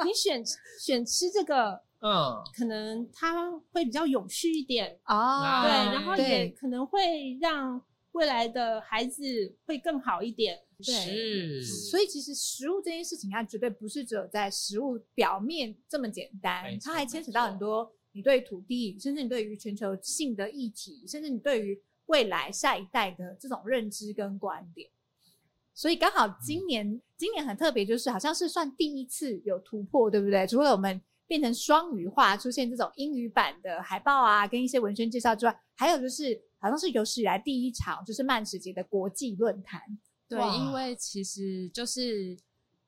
[SPEAKER 5] 你选选吃这个，
[SPEAKER 2] 嗯，
[SPEAKER 5] 可能它会比较永续一点，
[SPEAKER 1] 哦，
[SPEAKER 5] 对，
[SPEAKER 2] 哎
[SPEAKER 5] 然后也
[SPEAKER 1] 对
[SPEAKER 5] 可能会让未来的孩子会更好一点，对。
[SPEAKER 2] 是，
[SPEAKER 1] 所以其实食物这件事情，它绝对不是只有在食物表面这么简单
[SPEAKER 2] 没，
[SPEAKER 1] 它
[SPEAKER 2] 错
[SPEAKER 1] 还牵扯到很多你对土地，甚至你对于全球性的议题，甚至你对于未来下一代的这种认知跟观点。所以刚好
[SPEAKER 2] 嗯
[SPEAKER 1] 今年，今年很特别，就是好像是算第一次有突破，对不对？除了我们变成双语化，出现这种英语版的海报啊，跟一些文宣介绍之外，还有就是好像是有史以来第一场就是慢食节的国际论坛。
[SPEAKER 4] 对，
[SPEAKER 2] 哇
[SPEAKER 4] 因为其实就是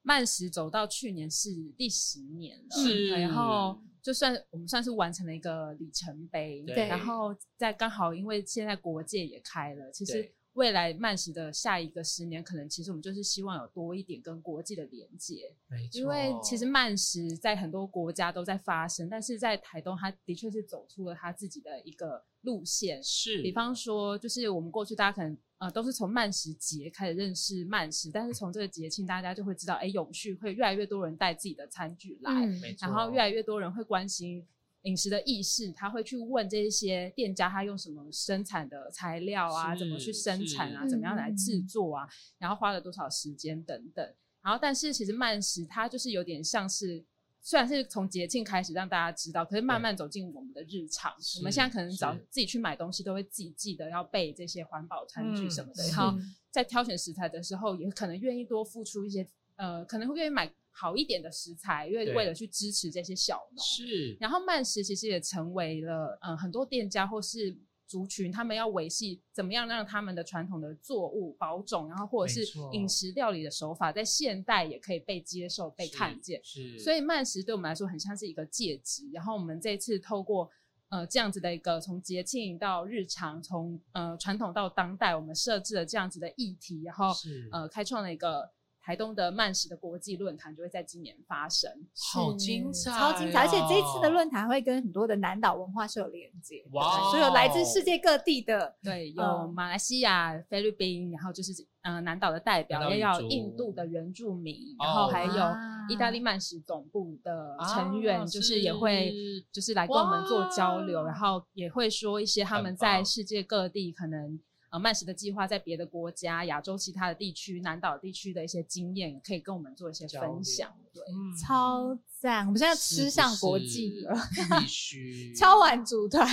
[SPEAKER 4] 慢食走到去年是第十年了，
[SPEAKER 2] 是
[SPEAKER 4] 对然后
[SPEAKER 5] 就算我们算是完成了一个里程碑，
[SPEAKER 2] 对
[SPEAKER 5] 然后再刚好因为现在国界也开了，其实
[SPEAKER 2] 对
[SPEAKER 5] 未来曼食的下一个十年，可能其实我们就是希望有多一点跟国际的连接，
[SPEAKER 2] 没错，
[SPEAKER 5] 因为其实慢食在很多国家都在发生，但是在台东，它的确是走出了它自己的一个路线。
[SPEAKER 2] 是，
[SPEAKER 5] 比方说，就是我们过去大家可能呃都是从慢食节开始认识慢食，但是从这个节庆，大家就会知道，哎，永续会越来越多人带自己的餐具来，
[SPEAKER 2] 嗯没错，
[SPEAKER 5] 然后越来越多人会关心饮食的意识，他会去问这些店家他用什么生产的材料啊，
[SPEAKER 2] 是
[SPEAKER 5] 怎么去生产啊，
[SPEAKER 1] 是
[SPEAKER 5] 怎么样来制作啊，然后花了多少时间等等。然后，但是其实慢食它就是有点像是。虽然是从节庆开始让大家知道，可是慢慢走进我们的日常。
[SPEAKER 2] 是
[SPEAKER 5] 我们现在可能找
[SPEAKER 2] 是
[SPEAKER 5] 自己去买东西，都会自己记得要备这些环保餐具什么的。
[SPEAKER 2] 嗯
[SPEAKER 5] 然后在挑选食材的时候，也可能愿意多付出一些，呃，可能会愿意买好一点的食材，因为
[SPEAKER 2] 对
[SPEAKER 5] 为了去支持这些小农。
[SPEAKER 2] 是
[SPEAKER 5] 然后慢食其实也成为了，嗯、很多店家或是族群，他们要维系怎么样让他们的传统的作物保种，然后或者
[SPEAKER 2] 没
[SPEAKER 5] 是
[SPEAKER 2] 错
[SPEAKER 5] 饮食料理的手法，在现代也可以被接受、被
[SPEAKER 2] 是
[SPEAKER 5] 看见。
[SPEAKER 2] 是，
[SPEAKER 5] 所以慢食对我们来说很像是一个介质。然后我们这一次透过呃这样子的一个从节庆到日常，从呃传统到当代，我们设置了这样子的议题，然后
[SPEAKER 2] 是
[SPEAKER 5] 呃开创了一个台东的慢食的国际论坛，就会在今年发生。
[SPEAKER 2] 好精彩哦，
[SPEAKER 1] 超精彩！而且这一次的论坛会跟很多的南岛文化是有连接的，
[SPEAKER 2] 哇哦
[SPEAKER 1] 所以有来自世界各地的，
[SPEAKER 5] 对，有
[SPEAKER 1] 嗯
[SPEAKER 5] 马来西亚、菲律宾，然后就是呃南岛的代
[SPEAKER 2] 南
[SPEAKER 5] 表，
[SPEAKER 2] 岛
[SPEAKER 5] 也
[SPEAKER 2] 民
[SPEAKER 5] 有
[SPEAKER 2] 族
[SPEAKER 5] 印度的原住民，然
[SPEAKER 2] 哦
[SPEAKER 5] 后还有
[SPEAKER 1] 哇
[SPEAKER 5] 意大利曼食总部的
[SPEAKER 2] 啊
[SPEAKER 5] 成员，就是也会
[SPEAKER 2] 是
[SPEAKER 5] 就是来跟我们做交流，
[SPEAKER 2] 哇
[SPEAKER 5] 然后也会说一些他
[SPEAKER 2] 很
[SPEAKER 5] 们在
[SPEAKER 2] 棒
[SPEAKER 5] 世界各地可能。呃，曼食的计划在别的国家、亚洲其他的地区、南岛地区的一些经验，可以跟我们做一些
[SPEAKER 2] 交
[SPEAKER 5] 分
[SPEAKER 2] 流
[SPEAKER 5] 享。对，
[SPEAKER 2] 嗯
[SPEAKER 1] 超赞！我们现在
[SPEAKER 2] 是不
[SPEAKER 1] 吃向国
[SPEAKER 2] 是
[SPEAKER 1] 际了，
[SPEAKER 2] 必须
[SPEAKER 1] 敲碗组团，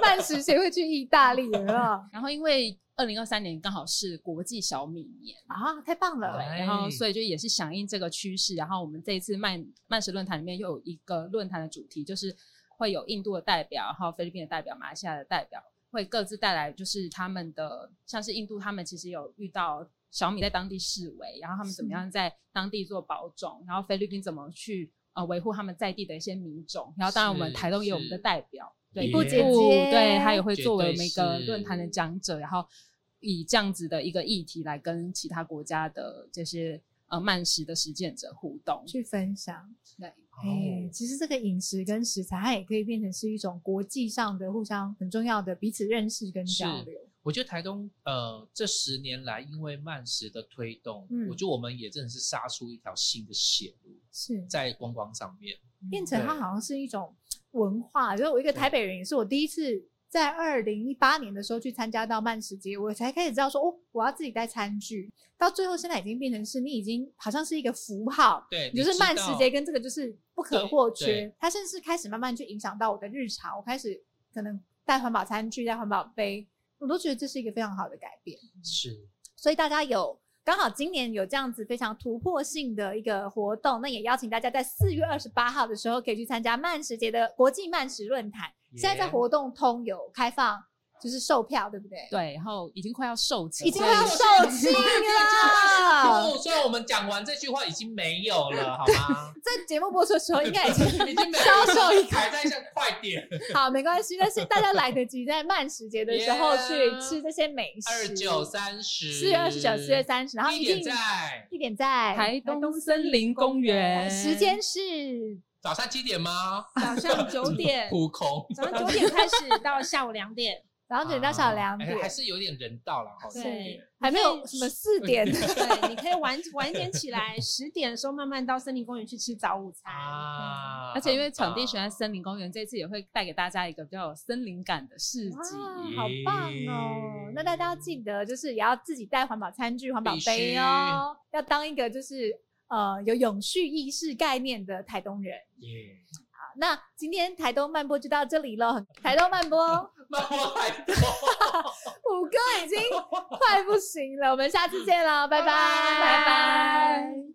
[SPEAKER 1] 慢食协会去意大利了
[SPEAKER 5] 然后因为二零二三年刚好是国际小米年，
[SPEAKER 1] 啊！太棒了，
[SPEAKER 2] 哎
[SPEAKER 5] 然后所以就也是响应这个趋势，然后我们这一次曼曼食论坛里面又有一个论坛的主题，就是会有印度的代表，然后菲律宾的代表，马来西亚的代表，会各自带来就是他们的，像是印度他们其实有遇到小米在当地示威，然后他们怎么样在当地做保种，然后菲律宾怎么去呃维护他们在地的一些民种，然后当然我们
[SPEAKER 2] 是
[SPEAKER 5] 台东也有我们的
[SPEAKER 2] 是
[SPEAKER 5] 代表，对，
[SPEAKER 2] 一步姐
[SPEAKER 1] 姐
[SPEAKER 5] 对，他也会
[SPEAKER 2] 绝
[SPEAKER 5] 作为
[SPEAKER 2] 对
[SPEAKER 5] 我们一个
[SPEAKER 2] 是
[SPEAKER 5] 论坛的讲者，然后以这样子的一个议题来跟其他国家的这些呃慢食的实践者互动。
[SPEAKER 1] 去分享。
[SPEAKER 5] 对，
[SPEAKER 1] 哎、
[SPEAKER 2] 哦
[SPEAKER 1] 其实这个饮食跟食材，它也可以变成是一种国际上的互相很重要的彼此认识跟交
[SPEAKER 2] 是
[SPEAKER 1] 流。
[SPEAKER 2] 我觉得台东呃这十年来，因为慢食的推动，
[SPEAKER 1] 嗯
[SPEAKER 2] 我觉得我们也真的是杀出一条新的血路，
[SPEAKER 1] 是
[SPEAKER 2] 在观光上面。
[SPEAKER 1] 变成
[SPEAKER 2] 对
[SPEAKER 1] 它好像是一种文化。就是我一个台北人，也是我第一次在二零一八年的时候去参加到慢食节，我才开始知道说哦，我要自己带餐具。到最后，现在已经变成是你已经好像是一个符号，
[SPEAKER 2] 对，
[SPEAKER 1] 你就是
[SPEAKER 2] 知
[SPEAKER 1] 慢食
[SPEAKER 2] 道
[SPEAKER 1] 节跟这个就是不可或
[SPEAKER 2] 对
[SPEAKER 1] 缺
[SPEAKER 2] 对。
[SPEAKER 1] 它甚至开始慢慢去影响到我的日常，我开始可能带环保餐具、带环保杯，我都觉得这是一个非常好的改变。
[SPEAKER 2] 是
[SPEAKER 1] 所以大家有刚好今年有这样子非常突破性的一个活动，那也邀请大家在四月二十八号的时候可以去参加慢食节的国际慢食论坛。
[SPEAKER 2] 耶
[SPEAKER 1] 现在在活动通有开放，就是售票，对不对？，
[SPEAKER 5] 对，然后已经快要售罄，
[SPEAKER 1] 已经快要
[SPEAKER 5] 所以
[SPEAKER 1] 售罄了。
[SPEAKER 2] 哦，虽然我们讲完这句话已经没有 了，好吗？
[SPEAKER 1] 这节目播出的时候应该已经
[SPEAKER 2] 已经没
[SPEAKER 1] 销售一
[SPEAKER 2] 还在想快 点，
[SPEAKER 1] 好，没关系，但是大家来得及在慢食节的时候去吃这些美食。
[SPEAKER 2] 二九三十，
[SPEAKER 1] 四月二十九、四月，三十，然后
[SPEAKER 2] 一
[SPEAKER 1] 一
[SPEAKER 2] 点
[SPEAKER 1] 定
[SPEAKER 2] 在
[SPEAKER 1] 一点在
[SPEAKER 5] 台东森林公园
[SPEAKER 1] 时间是
[SPEAKER 2] 早上七点吗？
[SPEAKER 6] 早 上九点，
[SPEAKER 2] 扑空，
[SPEAKER 6] 早上九点开始到下午两 点，
[SPEAKER 1] 早上九点到下午两
[SPEAKER 2] 啊
[SPEAKER 1] 点
[SPEAKER 2] 哎，还是有点人道了，好像
[SPEAKER 6] 对
[SPEAKER 1] 还没有 什么四点。
[SPEAKER 6] 对，你可以晚晚一点起来，十点的时候慢慢到森林公园去吃早午餐。
[SPEAKER 2] 啊，
[SPEAKER 5] 而且因为场地选在
[SPEAKER 2] 很棒
[SPEAKER 5] 森林公园，这次也会带给大家一个比较有森林感的市集。
[SPEAKER 1] 啊哇，好棒哦！那大家要记得，就是也要自己带环保餐具、环保
[SPEAKER 2] 必须
[SPEAKER 1] 杯哦，要当一个就是呃有永续意识概念的台东人
[SPEAKER 2] 耶，
[SPEAKER 1] 啊。那今天台东漫播就到这里了，台东 漫播
[SPEAKER 2] 慢慢来多，
[SPEAKER 1] 五哥已经快不行了，我们下次见了，拜拜，
[SPEAKER 2] 拜拜
[SPEAKER 1] 拜拜。